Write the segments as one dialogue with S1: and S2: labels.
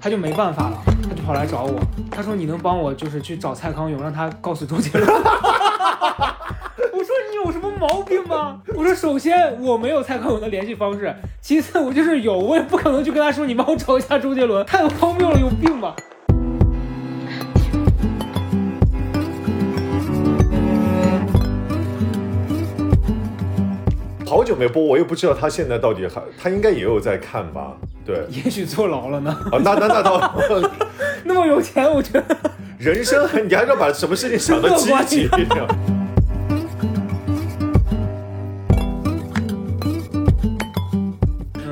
S1: 他就没办法了，他就跑来找我，他说你能帮我就是去找蔡康永，让他告诉周杰伦。 我说你有什么毛病吗？我说首先我没有蔡康永的联系方式，其次我就是有，我也不可能去跟他说你帮我找一下周杰伦，太荒谬了，有病吧？
S2: 好久没播，我又不知道他现在到底还，他应该也有在看吧？对，
S1: 也许坐牢了呢。
S2: 哦，那那那倒，
S1: 那么有钱，我觉得。
S2: 人生你还是要把什么事情想的积极一点。嗯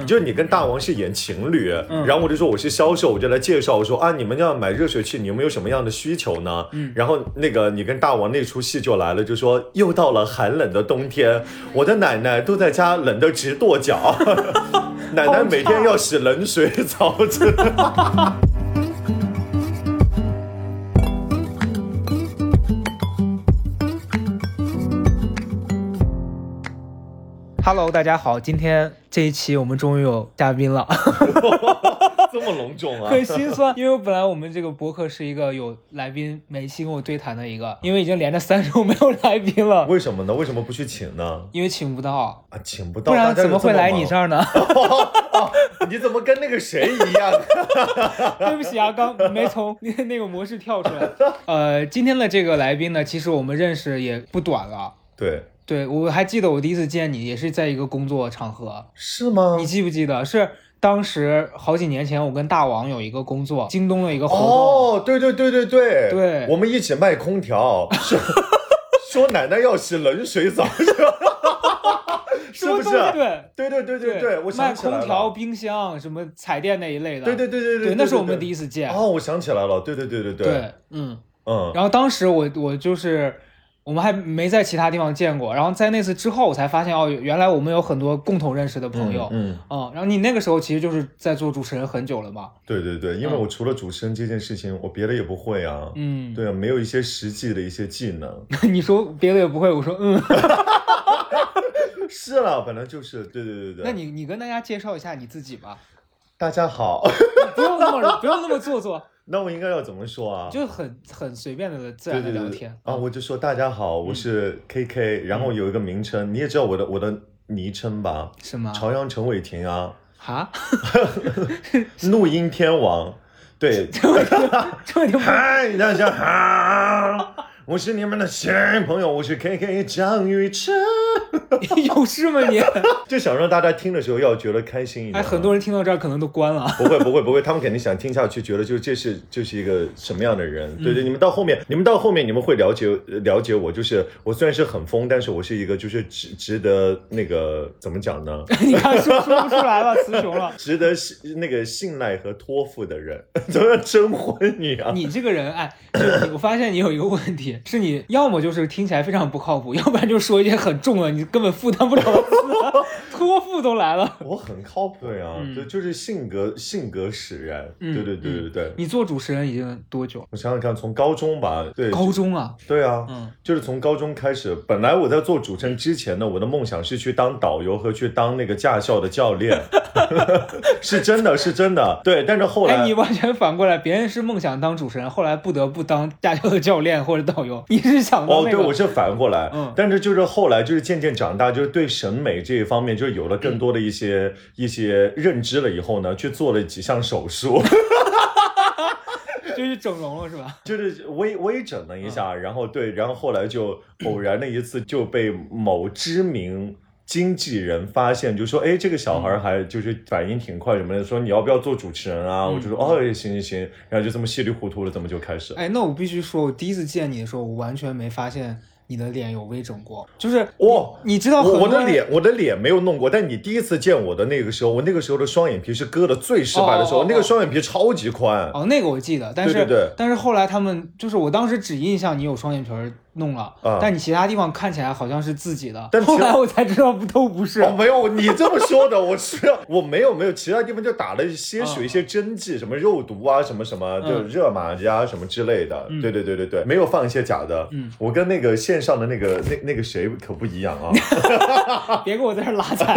S2: 就是你跟大王是演情侣，
S1: 嗯
S2: 然后我就说我是销售，我就来介绍，我说啊，你们要买热水器，你们有什么样的需求呢？然后那个你跟大王那出戏就来了，就说又到了寒冷的冬天， 我的奶奶都在家冷得直跺脚， 奶奶每天要洗冷水澡，真 的
S1: Hello，大家好，今天这一期我们终于有嘉宾了，
S2: 这么隆重啊！
S1: 很心酸， 因为本来我们这个博客是一个有来宾每期跟我对谈的一个，因为已经连着三周没有来宾了，
S2: 为什么呢？为什么不去请呢？
S1: 因为请不到，
S2: 啊，请不到，
S1: 不然
S2: 大家有
S1: 怎么会来 你这
S2: 忙？哦
S1: 儿呢？
S2: 你怎么跟那个谁一 样？
S1: 对不起啊，刚没从那那个模式跳出来。 呃，今天的这个来宾呢，其实我们认识也不短了。
S2: 对，
S1: 对，我还记得我第一次见你也是在一个工作场合，
S2: 是吗？
S1: 你记不记得？是当时好几年前，我跟大王有一个工作，京东的一个活动。
S2: 哦，对对对对对，
S1: 对
S2: 我们一起卖空调，说 说奶奶要洗冷水澡，是吧是不是
S1: 什么？东西对
S2: 对对对对我
S1: 卖
S2: 想起来
S1: 空
S2: 了。
S1: 调、冰箱、什么彩电那一类的。
S2: 对对对对
S1: 对
S2: 对，
S1: 那是我们第
S2: 一。
S1: 一次见。
S2: 哦，我想起来了，对对对对对，
S1: 对，嗯。
S2: 嗯，
S1: 然后当时我我就是。我们还没在其他地方见过，然后在那次之后，我才发现哦，原来我们有很多共同认识的朋友。
S2: 嗯，嗯
S1: 嗯，然后你那个时候其实就是在做主持人很久了嘛，
S2: 对对对，因为
S1: 嗯
S2: 我除了主持人这件事情，我别的也不会啊，
S1: 嗯，
S2: 对啊，没有一些实际的一些技能。
S1: 你说别的也不会，我说嗯，
S2: 是啦，本来就是，对对对对。
S1: 那你你跟大家介绍一下你自己吧，
S2: 大家好，
S1: 不用那么不用那么做 作，
S2: 那我应该要怎么说啊？
S1: 就很很随便的自
S2: 对
S1: 然的
S2: 对对
S1: 聊
S2: 对
S1: 天嗯
S2: 啊，我就说大家好，我是 KK，、然后有一个名称，你也知道我的我的昵称吧？
S1: 是吗？
S2: 朝阳陈伟霆啊，
S1: 哈，
S2: 怒音天王， 对，
S1: 这就
S2: 嗨，大家好，我是你们的新朋友，我是 KK 张雨晨，
S1: 有事吗你？
S2: 就想让大家听的时候要觉得开心一
S1: 哎，
S2: 点。
S1: 很多人听到这儿可能都关了。
S2: 不会不会不会，他们肯定想听下去，觉得就是这是就是一个什么样的人？对
S1: 嗯
S2: 对，你们到后面，你们到后面，你们会了解呃了解我，就是我虽然是很疯，但是我是一个就是值值得那个怎么讲呢？
S1: 你看说说不出来了，词穷了。
S2: 值得信那个信赖和托付的人， 怎么征婚你 啊？
S1: 你这个人，哎，就你我发现你有一个问题，是你要么就是听起来非常不靠谱， 要不然就说一些很重的，你根本负担不了的词，托付都来了。
S2: 我很靠谱呀、
S1: 嗯
S2: 就就是性格性格使然，
S1: 嗯
S2: 对对对对对。
S1: 你做主持人已经多久了？
S2: 我想想看，从高中吧，对，
S1: 高中啊，
S2: 对啊，
S1: 嗯
S2: 就是从高中开始，本来我在做主持人之前呢，我的梦想是去当导游和去当那个驾校的 教练，是真的，是真的。对，但是后来、
S1: 哎，你完全反过来，别人是梦想当主持人，后来不得不当驾校的教练或者导游， 你是想当
S2: 哦，
S1: 那
S2: 对，
S1: 个？
S2: 我是反过来，
S1: 嗯
S2: 但是就是后来就是渐渐长大，就是对审美这一方面就是有了
S1: 嗯
S2: 更多的一些、一些认知了以后呢，去做了几项手术，
S1: 就是整容了是吧？
S2: 就是微微整了一
S1: 嗯
S2: 下，然后对，然后后来就偶然的一次就被某知名。经纪人发现就说：“哎，这个小
S1: 嗯
S2: 孩还就是反应挺快什么的，说你要不要做主持人啊？”我就
S1: 嗯
S2: 说：“哦，行行行。”然后就这么稀里糊涂的，这么就开始了。
S1: 哎，那我必须说，我第一次见你的时候，我完全没发现你的脸有微整过，就是
S2: 哇
S1: 你你知道哎很
S2: 我
S1: 多
S2: 我的
S1: 人
S2: 脸，我的脸没有弄过，但你第一次见我的那个时候，我那个时候的双眼皮是割的最失败的时候，
S1: 哦哦哦
S2: 那个双眼皮超级宽。
S1: 哦，那个我记得，但是
S2: 对对
S1: 但是后来他们就是我当时只印象你有双眼皮儿弄了，
S2: 啊
S1: 但你其他地方看起来好像是自己的，
S2: 但其
S1: 后
S2: 实
S1: 来我才知道不都不是。啊
S2: 哦，没有，你这么说的，我是我没有没有，其他地方就打了一些许
S1: 嗯
S2: 一些针剂，什么肉毒啊，什么什么，就
S1: 嗯
S2: 热玛吉啊，什么之类的。对对对对对，没有放一些假的。
S1: 嗯，
S2: 我跟那个线上的那个那那个谁可不一 样啊。
S1: 别给我在这儿拉踩。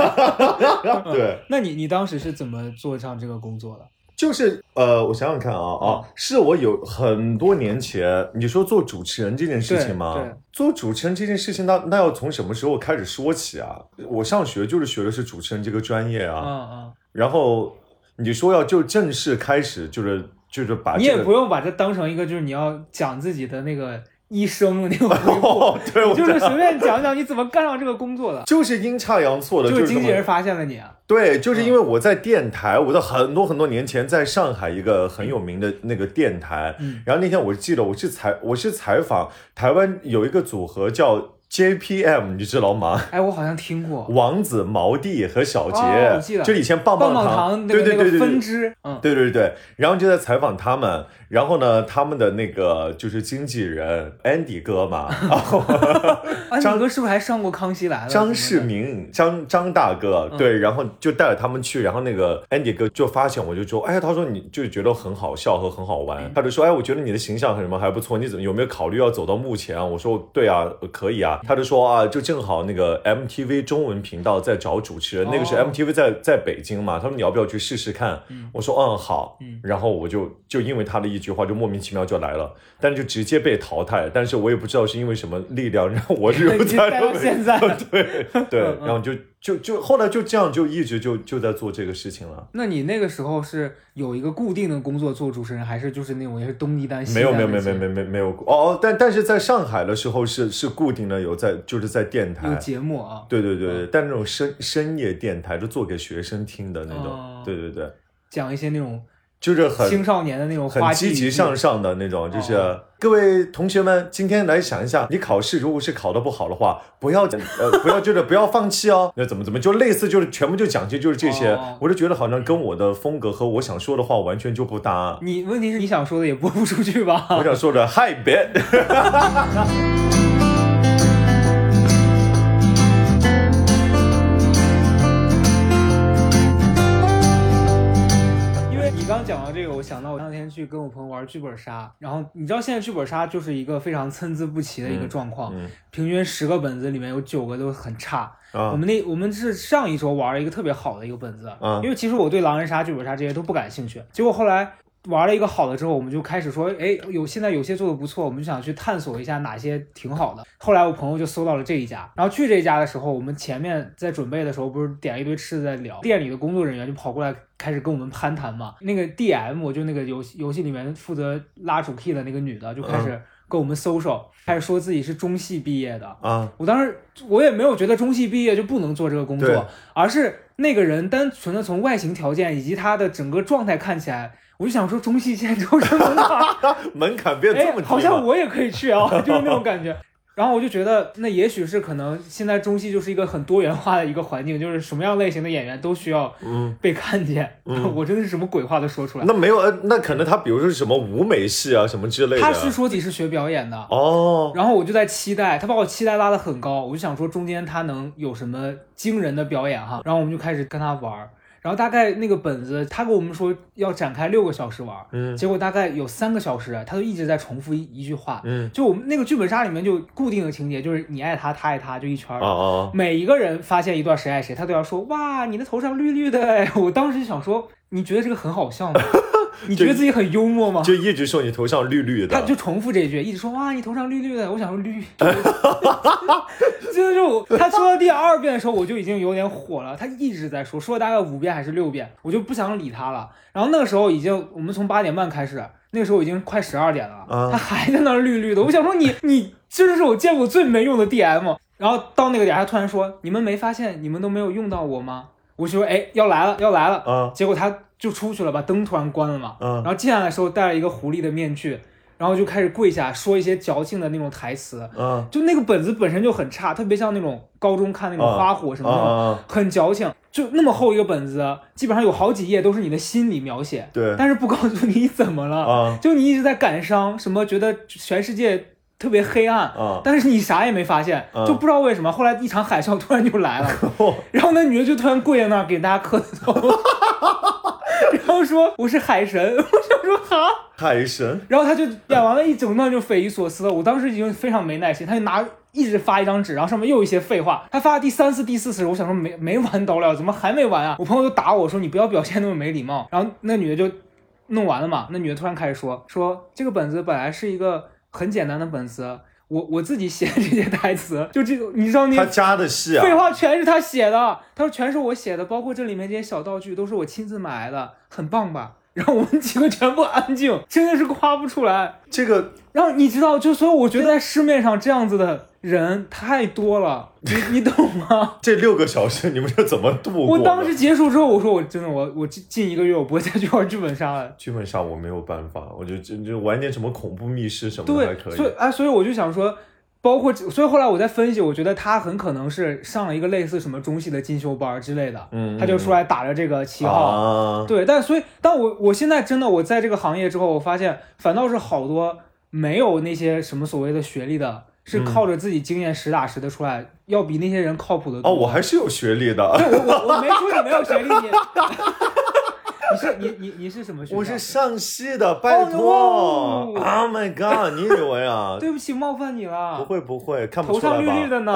S2: 对，
S1: 嗯那你你当时是怎么做上这个工作的？
S2: 就是呃，我想想看啊
S1: 嗯
S2: 啊，是我有很多年前，你说做主持人这件事情
S1: 对
S2: 吗
S1: 对？
S2: 做主持人这件事情，那那要从什么时候开始说起啊？我上学就是学的是主持人这个专业
S1: 啊
S2: 啊，
S1: 啊、
S2: 然后你说要就正式开始，就是就是
S1: 你
S2: 把啊这
S1: 也
S2: 个
S1: 不用把这当成一个就是你要讲自己的那个一生的那个回顾，
S2: 哦，对，我
S1: 就
S2: 知
S1: 是
S2: 道
S1: 随便讲讲你怎么干上这个工作的，
S2: 就是阴差阳错的，
S1: 就是是
S2: 这么
S1: 经纪人发现了你啊，
S2: 对，就是因为我在电台，我在很多很多年前在上海一个很有名的那个电台，
S1: 嗯
S2: 然后那天我记得我是采我是采访台湾有一个组合叫 JPM，你知道吗？
S1: 哎，我好像听过
S2: 王子、毛弟和小杰，
S1: 哦我记得
S2: 就是以前棒
S1: 棒
S2: 糖，
S1: 糖那个
S2: 对对
S1: 那个
S2: 对对
S1: 分
S2: 对。
S1: 支，嗯，
S2: 对对对，然后就在采访他们，然后呢，他们的那个就是经纪人 Andy 哥嘛， 然后
S1: 啊，你
S2: 张
S1: 哥是不是还上过《康熙来了》什么的？嗯
S2: 张世民，张张大哥，对，然后就带着他们去，然后那个 Andy 哥就发现我就说，哎，他说你就觉得很好笑和很好
S1: 嗯
S2: 玩，他就说，哎，我觉得你的形象很什么还不错，你怎么有没有考虑要走到幕前啊？我说对啊，呃可以啊。他就说啊，就正好那个 MTV 中文频道在找主持人，那个是
S1: 哦
S2: MTV 在在北京嘛，他说你要不要去试试看？我说嗯好
S1: 嗯，
S2: 然后我就就因为他的一句话就莫名其妙就来了，但就直接被淘汰，但是我也不知道是因为什么力量让 我留
S1: 已经
S2: 在
S1: 待
S2: 了
S1: 到
S2: 北京。
S1: 现在。
S2: 对对，
S1: 嗯嗯
S2: 然后就就就后来就这样就一直就就在做这个事情了。
S1: 那你那个时候是有一个固定的工作做主持人，还是就是那种也是东一单西
S2: 没有没有
S1: 单
S2: 没
S1: 的
S2: 有没
S1: 有
S2: 有没有没有没有哦哦，但但是在上海的时候是是固定的有在就是在电台
S1: 有，节目啊？
S2: 对对对对，但那种深深夜电台就做给学生听的那种，
S1: 哦
S2: 对对对，
S1: 讲一些那种
S2: 就是很
S1: 青少年的那种花
S2: 很
S1: 季
S2: 积极向上的那种，就是、
S1: 哦
S2: 各位同学们，今天来想一下，你考试如果是考得不好的话，不要呃不要觉得不要放弃哦， 那怎么怎么就类似就是全部就讲些就是这些，
S1: 哦
S2: 我就觉得好像跟我的风格和我想说的话完全就 不搭。
S1: 你问题是你想说的也播不出去
S2: 我
S1: 吧？
S2: 想说的嗨别，
S1: 因为你刚讲到这个，我想到我那天去跟我朋友玩剧本杀，然后你知道现在剧本杀就是一个非常参差不齐的一个
S2: 嗯
S1: 状况，
S2: 嗯
S1: 平均十个本子里面有九个都很差。我
S2: 啊
S1: 们那我们是上一周玩了一个特别好的一个本子，
S2: 嗯
S1: 因为其实我对狼人杀、剧本杀这些都不感兴趣。结果后来玩了一个好的之后，我们就开始说，哎，有现在有些做的不错，我们就想去探索一下哪些挺好的。后来我朋友就搜到了这一家，然后去这家的时候，我们前面在准备的时候，不是点了一堆吃的在聊，店里的工作人员就跑过来。开始跟我们攀谈嘛，那个 D M 就那个游戏游戏里面负责拉主 key 的那个女的，就开始跟我们搜搜，开始说自己是中戏毕业的，
S2: 啊，
S1: 我当时我也没有觉得中戏毕业就不能做这个工
S2: 对
S1: 作，而是那个人单纯的从外形条件以及他的整个状态看起来，我就想说中戏现在招生门槛，
S2: 门槛变 这
S1: 哎
S2: 么低，吗？
S1: 好像我也可以去啊， 就是那种感觉。然后我就觉得，那也许是可能现在中戏就是一个很多元化的一个环境，就是什么样类型的演员都需要
S2: 嗯。
S1: 被看见。 我真的是什么鬼话都说出来。
S2: 那没有，呃那可能他比如说什么舞美系啊，什么之类的。
S1: 他是说自己是学表演的，
S2: 哦，
S1: 然后我就在期待，他把我期待拉得很高，我就想说中间他能有什么惊人的表演哈。然后我们就开始跟他玩儿，然后大概那个本子他跟我们说要展开六个小时玩儿，
S2: 嗯
S1: 结果大概有三个小时，他就一直在重复一一句话。
S2: 嗯，
S1: 就我们那个剧本杀里面就固定的情节就是你爱他，他爱他，就一圈
S2: 哦
S1: 儿。
S2: 哦，
S1: 每一个人发现一段谁爱谁，他都要说哇，你的头上绿绿的哎。我当时就想说，你觉得这个很好笑吗？ 你觉得自己很幽默吗？
S2: 就一直说你头上绿绿的。
S1: 他就重复这一句，一直说哇，你头上绿绿的。我想说绿，就是我他说到第二遍的时候，我就已经有点火了。他一直在说，说了大概五遍还是六遍，我就不想理他了。然后那个时候已经，我们从八点半开始，那个时候已经快十二点了，
S2: 啊
S1: 他还在那儿绿绿的。我想说你你真的是我见过最没用的 DM。然后到那个点儿，他突然说：“你们没发现你们都没有用到我吗？”我就说：“哎，要来了，要来了。”
S2: 啊
S1: 结果他就出去了，把灯突然关了嘛。然
S2: 啊
S1: 后进来的时候戴了一个狐狸的面具，然后就开始跪下说一些矫情的那种台词。
S2: 啊
S1: 就那个本子本身就很差，特别像那种高中看那种
S2: 啊
S1: 花火什
S2: 啊
S1: 么的，
S2: 啊！
S1: 很矫情。就那么厚一个本子，基本上有好几页都是你的心理描写，
S2: 对
S1: 但是不告诉你怎么了，
S2: 啊
S1: 就你一直在感伤，什么觉得全世界特别黑暗。
S2: 啊！
S1: 但是你啥也没发现，
S2: 啊
S1: 就不知道为什么。后来一场海啸突然就来了，然后那女的就突然跪在那儿给大家磕头， 然后说我是海神。我想说哈，
S2: 海神
S1: 然后他就演完了一整段就匪夷所思了，我当时已经非常没耐心，他就拿一直发一张纸，然后上面又有一些废话，他发到第三次、第四次，我想说没没完到了，怎么还没完啊？我朋友就打我说你不要表现那么没礼貌，然后那女的就。弄完了嘛，那女的突然开始说说这个本子本来是一个很简单的本子，我我自己写这些台词，就这个你知道那
S2: 他加的戏啊
S1: 废，话全是他写的，他说全是我写的，包括这里面这些小道具都是我亲自买来的，很棒吧？ 然后我们几个全部安静，真的是夸不出来。
S2: 这个
S1: 然后你知道，就所以我觉得在市面上这样子的人太多了，你你懂 吗？
S2: 这六个小时你们是怎么度过
S1: 我
S2: 的？
S1: 当时结束之后，我说我真的我我近近一个月我不会再去玩剧本杀了。
S2: 剧本杀我没有办法，我就就就玩点什么恐怖密室什么的还
S1: 对，
S2: 可
S1: 所以
S2: 以。
S1: 哎，所以我就想说，包括所以后来我在分析，我觉得他很可能是上了一个类似什么中戏的进修班儿之类的，
S2: 嗯，
S1: 他就出来打着这个旗号。
S2: 啊，
S1: 对，但所以，但我我现在真的我在这个行业之后，我发现反倒是好多没有那些什么所谓的学历的，是
S2: 嗯
S1: 靠着自己经验实打实的出来，要比那些人靠谱的
S2: 哦，
S1: 多。
S2: 我还是有学历的，
S1: 对我我我没说你没有学历，你 你是你你你是什么学校？
S2: 我是上戏的，拜托。
S1: 哦
S2: Oh my god！你以为啊？
S1: 对不起，冒犯你
S2: 不
S1: 了。
S2: 会不会，看不
S1: 头
S2: 出来
S1: 上绿绿
S2: 吧？
S1: 的 呢。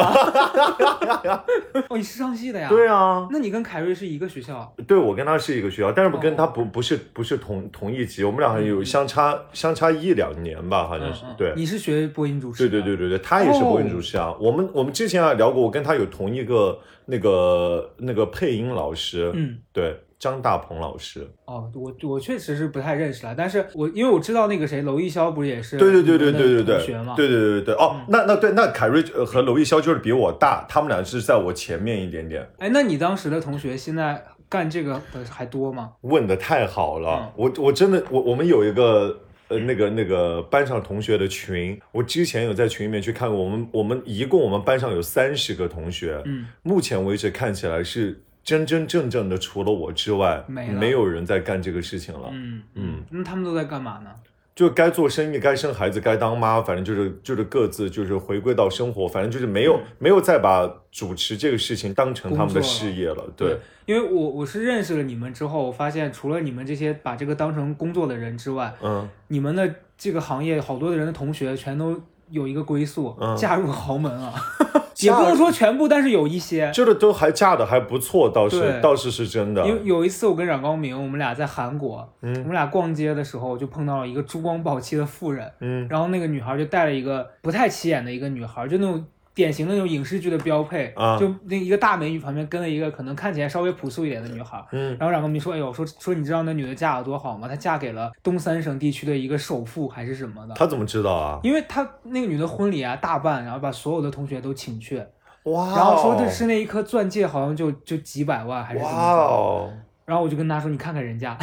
S1: 哦，你是上戏的呀？
S2: 对啊，
S1: 那你跟凯瑞是一个学校？
S2: 对我跟他是一个学校，但是跟
S1: 哦
S2: 他不不是不是同同一级，我们俩好像有相差相差一两年吧，好像是
S1: 嗯嗯
S2: 对。
S1: 你是学播音主持
S2: 对
S1: 的？哦
S2: 对对对对，他也是播音主持啊。我们我们之前还聊过，我跟他有同一个那个那个配音老师，
S1: 嗯。
S2: 对，张大鹏老师。
S1: 哦，我我确实是不太认识了，但是我因为我知道那个谁，娄艺潇不是也是
S2: 对对对对
S1: 你们
S2: 对对
S1: 的
S2: 对
S1: 同学嗯嘛，
S2: 对对对对对。哦，那那对那凯瑞呃和娄艺潇就是比我大，他们俩是在我前面一点点。
S1: 哎，那你当时的同学现在干这个的还多吗？
S2: 问的太好了
S1: 嗯，
S2: 我我真的我我们有一个。呃，那个那个班上同学的群，我之前有在群里面去看过，我们我们一共我们班上有三十个同学，
S1: 嗯，
S2: 目前为止看起来是真真正正的，除了我之外，
S1: 没了
S2: 没有人在干这个事情了。
S1: 嗯
S2: 嗯，
S1: 那他们都在干嘛呢？
S2: 就该做生意，该生孩子，该当妈，反正就是就是各自就是回归到生活，反正就是没有、
S1: 嗯
S2: 没有再把主持这个事情当成他们的事业了。对，
S1: 因为我我是认识了你们之后，我发现除了你们这些把这个当成工作的人之外，
S2: 嗯，
S1: 你们的这个行业好多的人的同学全都有一个归宿，
S2: 嗯
S1: 嫁入豪门啊，也
S2: 嫁
S1: 不能说全部，但是有一些。
S2: 这个都还嫁的还不错，倒是
S1: 对
S2: 倒是是真的。
S1: 有有一次，我跟冉高明，我们俩在韩国，我
S2: 嗯
S1: 们俩逛街的时候就碰到了一个珠光宝气的富人，
S2: 嗯
S1: 然后那个女孩就带了一个不太起眼的一个女孩，就那种典型的那种影视剧的标配，
S2: 啊
S1: 就那一个大美女旁边跟了一个可能看起来稍微朴素一点的女孩。
S2: 嗯，
S1: 然后冉高明说：“哎呦，说说你知道那女的嫁得多好吗？她嫁给了东三省地区的一个首富还是什么的，
S2: 他怎么知道啊？
S1: 因为她那个女的婚礼啊大办，然后把所有的同学都请去，
S2: 哇哦！
S1: 然后说的是那一颗钻戒好像就就几百万还是什
S2: 哇
S1: 么的。
S2: 哦，
S1: 然后我就跟她说：你看看人家，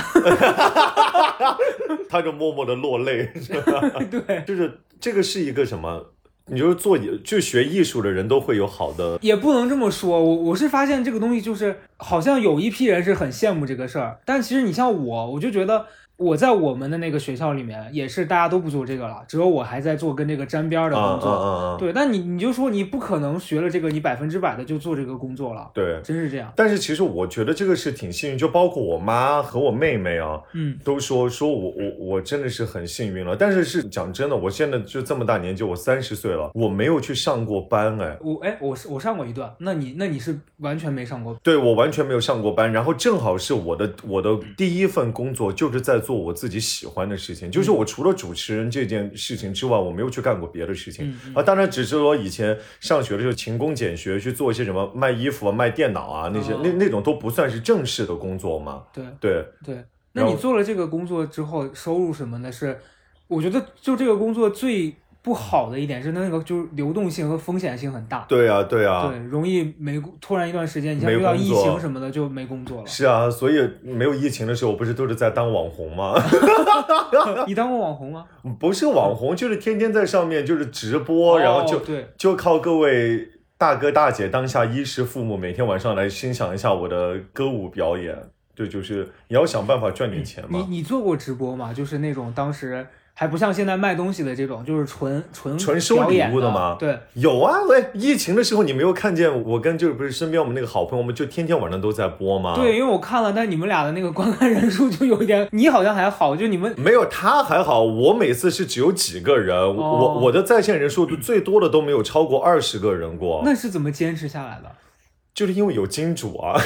S2: 他就默默的落 泪。
S1: 对，
S2: 就是这个是一个什么？你就是做就学艺术的人都会有好的，
S1: 也不能这么说，我我是发现这个东西就是好像有一批人是很羡慕这个事儿，但其实你像我，我就觉得我在我们的那个学校里面也是大家都不做这个了，只有我还在做跟这个沾边儿的工作。
S2: 嗯嗯，
S1: 对，但你你就说你不可能学了这个，你百分之百的就做这个工作了，
S2: 对。
S1: 真是这样。
S2: 但是其实我觉得这个是挺幸运，就包括我妈和我妹妹啊，
S1: 嗯，
S2: 都说说我我我真的是很幸运了。但是是讲真的，我现在就这么大年纪，我三十岁了，我没有去上过班哎。
S1: 我哎，我是我上过一段，那你那你是完全没上过，
S2: 对我完全没有上过班，然后正好是我的我的第一份工作就是在做我自己喜欢的事情，就是
S1: 嗯
S2: 我除了主持人这件事情之外，我没有去干过别的事情
S1: 嗯嗯
S2: 啊。当然，只是说以前上学的时候勤工俭学去做一些什么卖衣服啊、卖电脑啊那些，
S1: 哦
S2: 那那种都不算是正式的工作嘛。
S1: 对
S2: 对，
S1: 对。那
S2: 然
S1: 你
S2: 后
S1: 做了这个工作之后，收入什么的是，我觉得就这个工作最不好的一点是那个就是流动性和风险性很大。
S2: 对啊，对啊，
S1: 对，容易没工突然一段时间，你像
S2: 没
S1: 遇到
S2: 工
S1: 疫
S2: 作
S1: 情什么的就没工作了。
S2: 是啊，所以没有疫情的时候，我不是都是在当网红吗？ 啊
S1: 你当过网红吗？
S2: 不是网红，就是天天在上面就是直播，然后就
S1: 哦对，
S2: 就靠各位大哥大姐当下衣食父母，每天晚上来欣赏一下我的歌舞表演。对，就是也要想办法赚点钱
S1: 你
S2: 嘛。
S1: 你做过直播吗？就是那种当时还不像现在卖东西的这种，就是纯纯
S2: 纯收
S1: 表
S2: 礼
S1: 演
S2: 物的
S1: 的
S2: 吗
S1: 对，
S2: 有啊，喂，疫情的时候你没有看见我跟就是不是身边我们那个好朋友，我们就天天晚上都在播吗？
S1: 对，，因为我看了，但你们俩的那个观看人数就有一点，你好像还好，就你们
S2: 没有他还好，我每次是只有几个人，
S1: 哦
S2: 我我的在线人数最多的都没有超过二十个人过，
S1: 那是怎么坚持下来的？
S2: 就是因为有金主啊。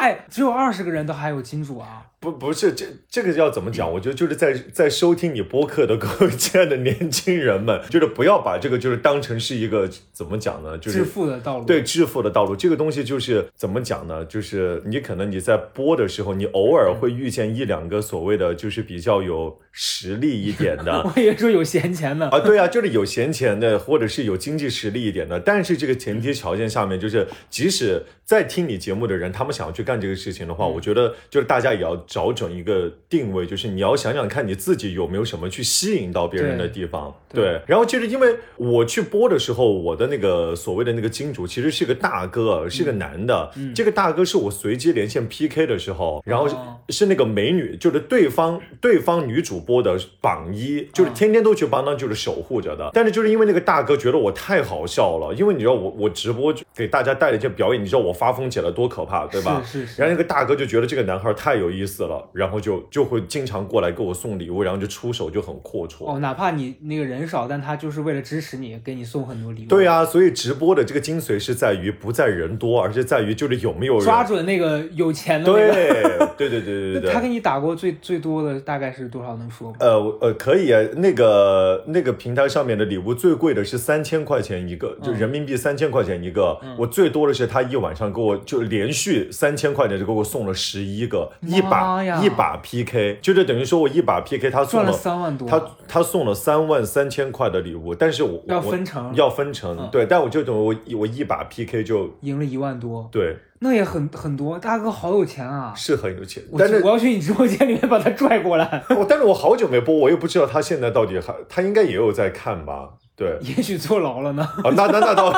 S1: 哎，只有二十个人都还有金主啊！
S2: 不不是这这个要怎么讲？我觉得就是在在收听你播客的各位 亲爱的年轻人们，就是不要把这个就是当成是一个怎么讲呢？就
S1: 致
S2: 是
S1: 富的道路。
S2: 对致富的道路，这个东西就是怎么讲呢？就是你可能你在播的时候，你偶尔会遇见一两个所谓的就是比较有实力一点的，
S1: 我也说有闲钱呢，
S2: 啊，对啊，就是有闲钱的，或者是有经济实力一点的，但是这个前提条件下面，就是即使在听你节目的人，他们想要去干这个事情的话，
S1: 嗯
S2: 我觉得就是大家也要找准一个定位，就是你要想想看你自己有没有什么去吸引到别人的地方。
S1: 对
S2: 对，然后就是因为我去播的时候，我的那个所谓的那个金主其实是个大哥，是
S1: 嗯
S2: 个男的，这个大哥是我随机连线 PK 的时候，然后是。
S1: 哦
S2: 是那个美女，就是对方对方女主播的榜一，就是天天都去帮她就是守护着的。但是就是因为那个大哥觉得我太好笑了，因为你知道我我直播就给大家带了一件表演，你知道我发疯起来多可怕， 对吧？
S1: 是是是
S2: 然后那个大哥就觉得这个男孩太有意思了，然后就就会经常过来给我送礼物，然后就出手就很阔绰。
S1: 哦，哪怕你那个人少，但他就是为了支持你，给你送很多礼物。
S2: 对呀、所以直播的这个精髓是在于不在人多，而是在于就是有没有人。
S1: 抓准那个有钱的那个。
S2: 对对对对对对
S1: 那
S2: 对。
S1: 他给你打过最最多的大概是多少？能说吗？
S2: 呃我呃，可以啊，那个那个平台上面的礼物最贵的是三千块钱一个，
S1: 嗯
S2: 就人民币三千块钱一个。我最多的是他一晚上给我就连续三千块钱就给我送了十一个，一把
S1: 妈呀
S2: 一把 PK，就是等于说我一把 PK 他送
S1: 赚了
S2: 呃了。
S1: 三万多。
S2: 他他送了三万三千块的礼物，但是我
S1: 要
S2: 我
S1: 分成
S2: 要分成，
S1: 嗯
S2: 对，但我就等于我一我一把 PK 就
S1: 赢了一万多，
S2: 对
S1: 那也很很多。大哥好有钱啊！
S2: 是很有钱，
S1: 我
S2: 但是
S1: 我要去你直播间里面把他拽过来，
S2: 我但是我好久没播，我也不知道他现在到底还他应该也有在看吧，对，
S1: 也许坐牢了呢。
S2: 哦，那那那倒，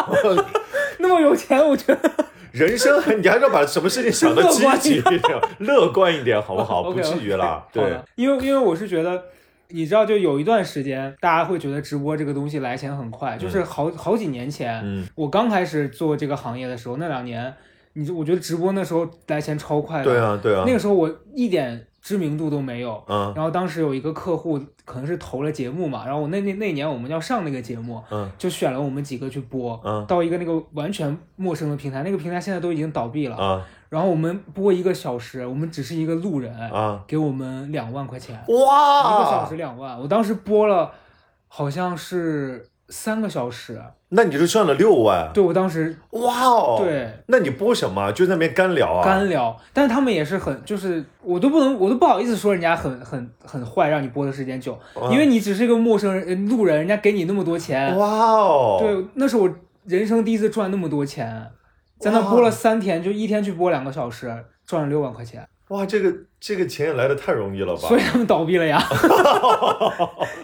S1: 那么有钱，我觉得
S2: 人生 你还是要把什么事情想的积极一点，乐观一点，好 不好？不
S1: OK，OK
S2: 至于啦，
S1: 好
S2: 对
S1: 的，因为因为我是觉得。你知道，就有一段时间，大家会觉得直播这个东西来钱很快，就是好好几年前，
S2: 嗯
S1: 我刚开始做这个行业的时候，那两年，你我觉得直播那时候来钱超快的，
S2: 对啊，对啊
S1: 那，个时候我一点知名度都没有。
S2: 嗯
S1: 然后当时有一个客户可能是投了节目嘛，然后我那那那年我们要上那个节目，
S2: 嗯
S1: 就选了我们几个去播，
S2: 嗯
S1: 到一个那个完全陌生的平台，那个平台现在都已经倒闭了。
S2: 啊
S1: 然后我们播一个小时，我们只是一个路人，
S2: 啊，
S1: 给我们两万块钱， 一个小
S2: 哇
S1: 时，两万。我当时播了好像是三个小时，
S2: 那你就赚了六万，
S1: 对我当时
S2: 哇哦，，
S1: 对
S2: 那你播什么？就在那边干聊啊，
S1: 干聊，但是他们也是很，就是我都不能，我都不好意思说人家很很很坏，让你播的时间久，
S2: 嗯
S1: 因为你只是一个陌生人呃路人，人家给你那么多钱，
S2: 哇哦，
S1: 对，那是我人生第一次赚那么多钱，在那播了三天，就一天去播两个小时，赚了六万块钱，
S2: 哇，这个这个钱也来的太容易了吧
S1: 所？以他们倒闭了呀。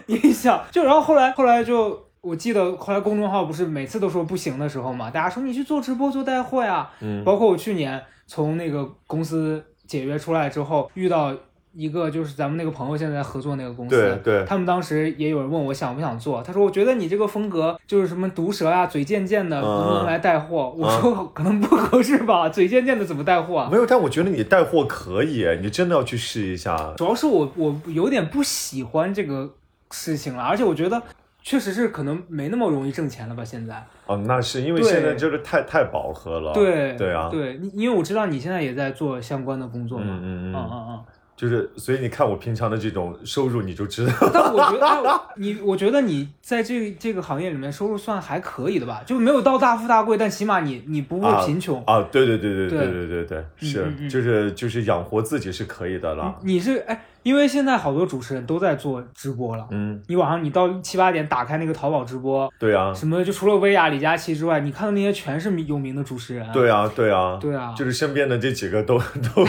S1: 你想，就然后后来后来就。我记得后来公众号不是每次都说不行的时候嘛，大家说你去做直播做带货呀，
S2: 嗯
S1: 包括我去年从那个公司解约出来之后，遇到一个就是咱们那个朋友现在在合作那个公司，
S2: 对对
S1: 他们当时也有人问我想不想做，他说我觉得你这个风格就是什么毒舌啊、嘴贱贱的，
S2: 嗯
S1: 能不能来带货？
S2: 嗯
S1: 我说可能不合适吧，嘴贱贱的怎么带货啊？
S2: 没有，但我觉得你带货可以，你真的要去试一下。
S1: 主要是我我有点不喜欢这个事情了，而且我觉得确实是可能没那么容易挣钱了吧，现在。
S2: 哦，那是因为
S1: 对
S2: 现在就是太太饱和了。
S1: 对
S2: 对啊，
S1: 对，你因为我知道你现在也在做相关的工作嘛，
S2: 嗯嗯嗯
S1: 嗯嗯嗯
S2: 就是所以你看我平常的这种收入，你就知道。
S1: 但我觉得哎你，我觉得你在这这个行业里面收入算还可以的吧，就没有到大富大贵，但起码你你不会贫穷。
S2: 啊，对对对对
S1: 对
S2: 对对对对，
S1: 嗯嗯
S2: 是就是就是养活自己是可以的啦。
S1: 你你是哎，因为现在好多主持人都在做直播了。
S2: 嗯，
S1: 你晚上你到七八点打开那个淘宝直播，
S2: 对啊，
S1: 什么就除了薇娅、李佳琦之外，你看到那些全是有名的主持人。
S2: 对啊，对啊，
S1: 对啊，
S2: 就是身边的这几个都都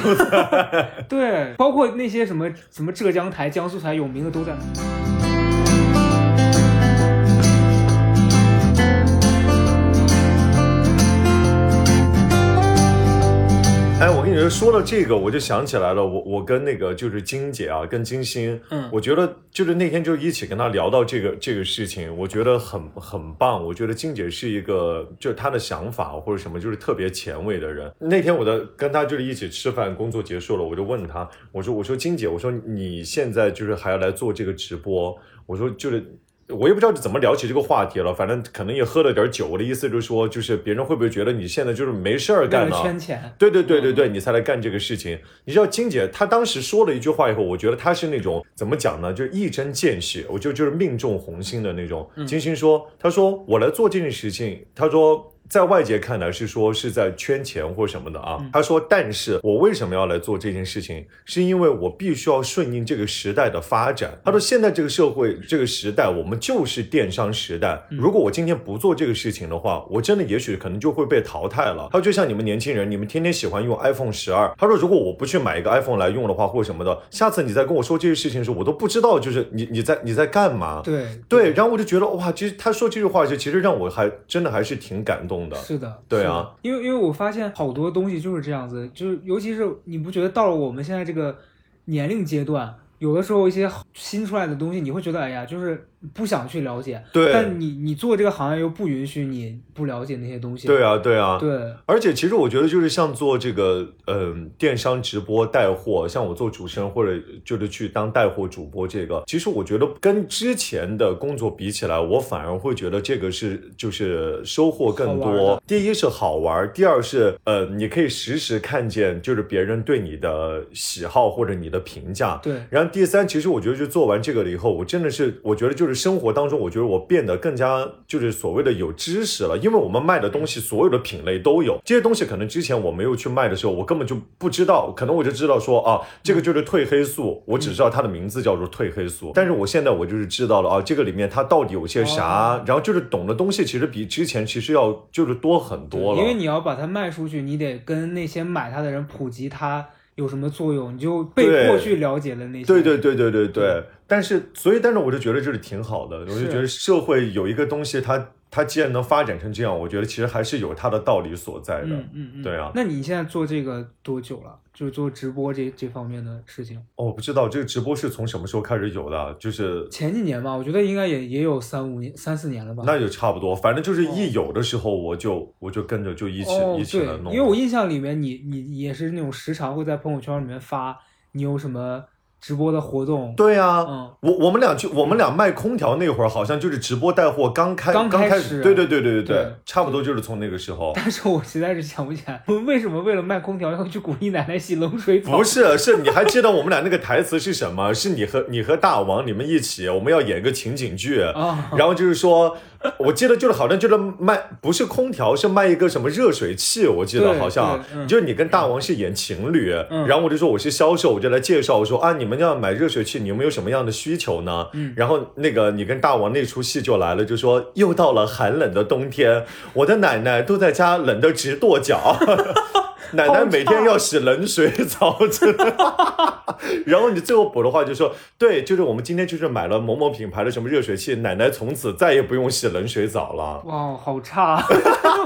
S1: 对，包括那些什么什么浙江台、江苏台有名的都在。
S2: 哎，我跟你说，说到这个，我就想起来了，我我跟那个就是金姐啊，跟金星，
S1: 嗯
S2: 我觉得就是那天就一起跟她聊到这个这个事情，我觉得很很棒。我觉得金姐是一个，就是她的想法或者什么，就是特别前卫的人。那天我的跟她就是一起吃饭，工作结束了，我就问她，我说我说金姐，我说你现在就是还要来做这个直播，我说就是。我也不知道怎么聊起这个话题了，反正可能也喝了点酒。我的意思就是说，就是别人会不会觉得你现在就是没事儿
S1: 为
S2: 干啊
S1: 了
S2: 了？
S1: 圈钱，
S2: 对对对对对，你才来干这个事情。你知道金姐她当时说了一句话以后，我觉得她是那种怎么讲呢，就是一针见血，我就就是命中红心的那种。金星说，她说我来做这件事情，她说。在外界看来是说是在圈钱或什么的啊，她说，但是我为什么要来做这件事情，是因为我必须要顺应这个时代的发展。她说，现在这个社会这个时代，我们就是电商时代，
S1: 嗯
S2: 如果我今天不做这个事情的话，我真的也许可能就会被淘汰了。她说，就像你们年轻人，你们天天喜欢用 iPhone 十二，她说，如果我不去买一个 iPhone 来用的话，或什么的，下次你再跟我说这些事情的时候，我都不知道就是你你在你在干嘛。
S1: 对，
S2: 对，啊然后我就觉得哇，其实她说这句话就其实让我还真的还是挺感动的。
S1: 是的，
S2: 对啊
S1: 是的，因为因为我发现好多东西就是这样子，就是尤其是你不觉得到了我们现在这个年龄阶段，有的时候一些新出来的东西，你会觉得哎呀，就是不想去了解，
S2: 对
S1: 但你你做这个行业又不允许你不了解那些东西，
S2: 对啊，对啊，
S1: 对
S2: 而且其实我觉得就是像做这个嗯、电商直播带货，像我做主持人或者就是去当带货主播这个，其实我觉得跟之前的工作比起来，我反而会觉得这个是就是收获更
S1: 好玩
S2: 多
S1: 的。
S2: 第一是好玩，第二是呃你可以实时看见就是别人对你的喜好或者你的评价。
S1: 对
S2: 然后第三，其实我觉得就做完这个了以后，我真的是，我觉得就是生活当中，我觉得我变得更加就是所谓的有知识了，因为我们卖的东西所有的品类都有，这些东西可能之前我没有去卖的时候，我根本就不知道，可能我就知道说啊，这个就是褪黑素，我只知道它的名字叫做褪黑素，但是我现在我就是知道了啊，这个里面它到底有些啥，然后就是懂的东西其实比之前其实要就是多很多了，
S1: 因为你要把它卖出去，你得跟那些买它的人普及它有什么作用，你就被
S2: 对
S1: 迫去了解了那些。
S2: 对对对对对对，但是所以，但是我就觉得这是挺好的，我就是觉得社会有一个东西它，它既然能发展成这样，我觉得其实还是有它的道理所在的。
S1: 嗯嗯嗯，
S2: 对啊
S1: 那你现在做这个多久了？就是做直播这这方面的事情，
S2: 哦，我不知道这个直播是从什么时候开始有的啊，就是
S1: 前几年吧，我觉得应该也也有三五年、三四年了吧。
S2: 那就差不多，反正就是一有的时候，我就我就跟着就一起、
S1: 哦，
S2: 一起
S1: 对
S2: 来，弄。
S1: 因为我印象里面你，你也是那种时常会在朋友圈里面发你有什么直播的活动，
S2: 对啊，
S1: 嗯，
S2: 我我们俩去，我们俩卖空调那会儿，好像就是直播带货刚开
S1: 刚
S2: 刚
S1: 开
S2: 始，
S1: 始
S2: 对对对对对
S1: 对
S2: 差不多就是从那个时候。
S1: 但是我实在是想不起来，我们为什么为了卖空调要去鼓励奶奶洗冷水澡？
S2: 不是，是你还记得我们俩那个台词是什么？ 是你和你和大王你们一起，我们要演一个情景剧。
S1: 啊，
S2: 然后就是说，我记得就是好像就是卖不是空调，是卖一个什么热水器，我记得
S1: 对
S2: 好像
S1: 对嗯
S2: 就是你跟大王是演情侣，
S1: 嗯
S2: 然后我就说我是销售，我就来介绍我说啊，你们要买热水器，你们有什么样的需求呢？
S1: 嗯
S2: 然后那个你跟大王那出戏就来了，就说又到了寒冷的冬天，我的奶奶都在家冷得直跺脚。奶奶每天要洗冷水澡，真的。然后你最后补的话就说，对，就是我们今天就是买了某某品牌的什么热水器，奶奶从此再也不用洗冷水澡 了。
S1: 哇，好差，啊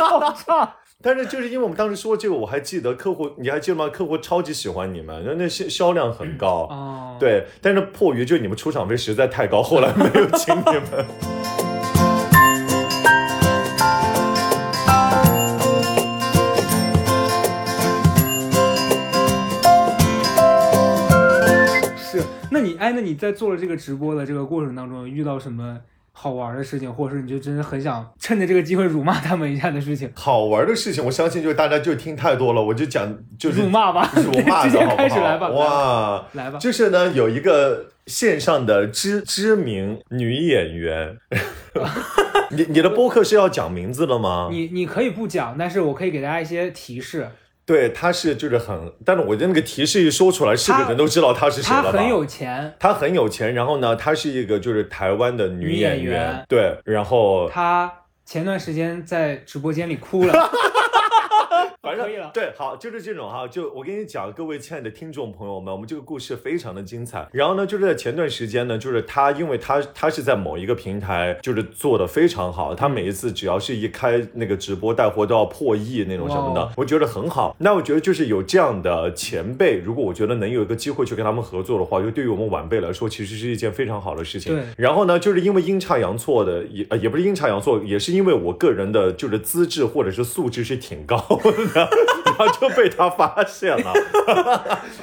S1: 好差，
S2: 但是就是因为我们当时说这个，我还记得客户，你还记得吗？客户超级喜欢你们，那那销销量很高。
S1: 哦，
S2: 对，但是迫于就你们出场费实在太高，后来没有请你们。
S1: 是，那你哎，那你在做了这个直播的这个过程当中，遇到什么好玩的事情，或者是你就真的很想趁着这个机会辱骂他们一下的事情？
S2: 好玩的事情，我相信就是大家就听太多了，我就讲就是
S1: 辱骂吧，
S2: 辱 骂
S1: 直
S2: 的
S1: 接
S2: 好不
S1: 开始来
S2: 好？
S1: 吧，
S2: 哇，
S1: 来吧，
S2: 就是呢，有一个线上的知知名女演员， 你你的播客是要讲名字了吗？
S1: 你你可以不讲，但是我可以给大家一些提示，
S2: 对，她是就是很，但是我觉得那个提示一说出来，是个
S1: 她
S2: 人都知道她是谁
S1: 他
S2: 了吧？
S1: 很有钱，
S2: 她很有钱，然后呢，她是一个就是台湾的女演
S1: 女演员
S2: 对，然后，
S1: 他前段时间在直播间里哭了
S2: 反正
S1: 可以了，
S2: 对，好，就是这种哈，就我跟你讲，各位亲爱的听众朋友们，我们这个故事非常的精彩。然后呢，就是在前段时间呢，就是他，因为他他是在某一个平台就是做的非常好，他每一次只要是一开那个直播带货都要破亿那种什么的
S1: 哇哦，
S2: 我觉得很好。那我觉得就是有这样的前辈，如果我觉得能有一个机会去跟他们合作的话，就对于我们晚辈来说，其实是一件非常好的事情。
S1: 对
S2: 然后呢，就是因为阴差阳错的，也呃也不是阴差阳错，也是因为我个人的就是资质或者是素质是挺高的， 后就被他发现 了。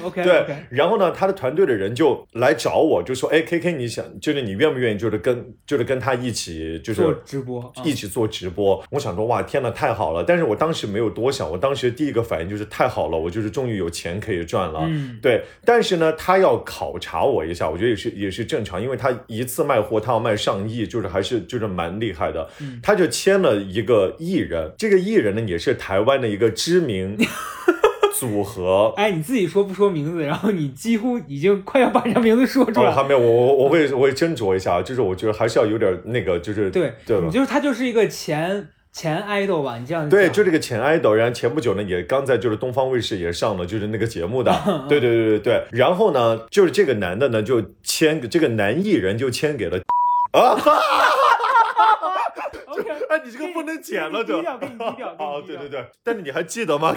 S1: OK，
S2: 对
S1: OK，，
S2: 然后呢，他的团队的人就来找我，就说：“哎，K K，你想就是你愿不愿意就是跟就是跟他一起就
S1: 做
S2: 是
S1: 直播，啊
S2: 一起做直播。我想说，哇，天呐，太好了！但是我当时没有多想，我当时第一个反应就是太好了，我就是终于有钱可以赚了。
S1: 嗯
S2: 对，但是呢，他要考察我一下，我觉得也是也是正常，因为他一次卖货，他要卖上亿，就是还是就是蛮厉害的。
S1: 嗯
S2: 他就签了一个艺人，这个艺人呢也是台湾的一个知 名组合。
S1: 哎，你自己说不说名字，然后你几乎已经快要把人家名字说出来
S2: 哦，
S1: 了。
S2: 还没有，我我我会我会斟酌一下，啊就是我觉得还是要有点那个，就是
S1: 对，
S2: 对吧
S1: 你？就是他就是一个前前 idol 吧，你这样
S2: 对，
S1: 讲
S2: 就这个前 idol，然后前不久呢，也刚在就是东方卫视也上了就是那个节目的，对对对对对。然后呢，就是这个男的呢就签这个男艺人就签给了啊，
S1: OK，
S2: 哎，你这个不能剪了
S1: 给你低。
S2: 就
S1: 调，给你低调，给
S2: 哦，
S1: 你低
S2: 对
S1: 调
S2: 对。对，但是你还记得吗？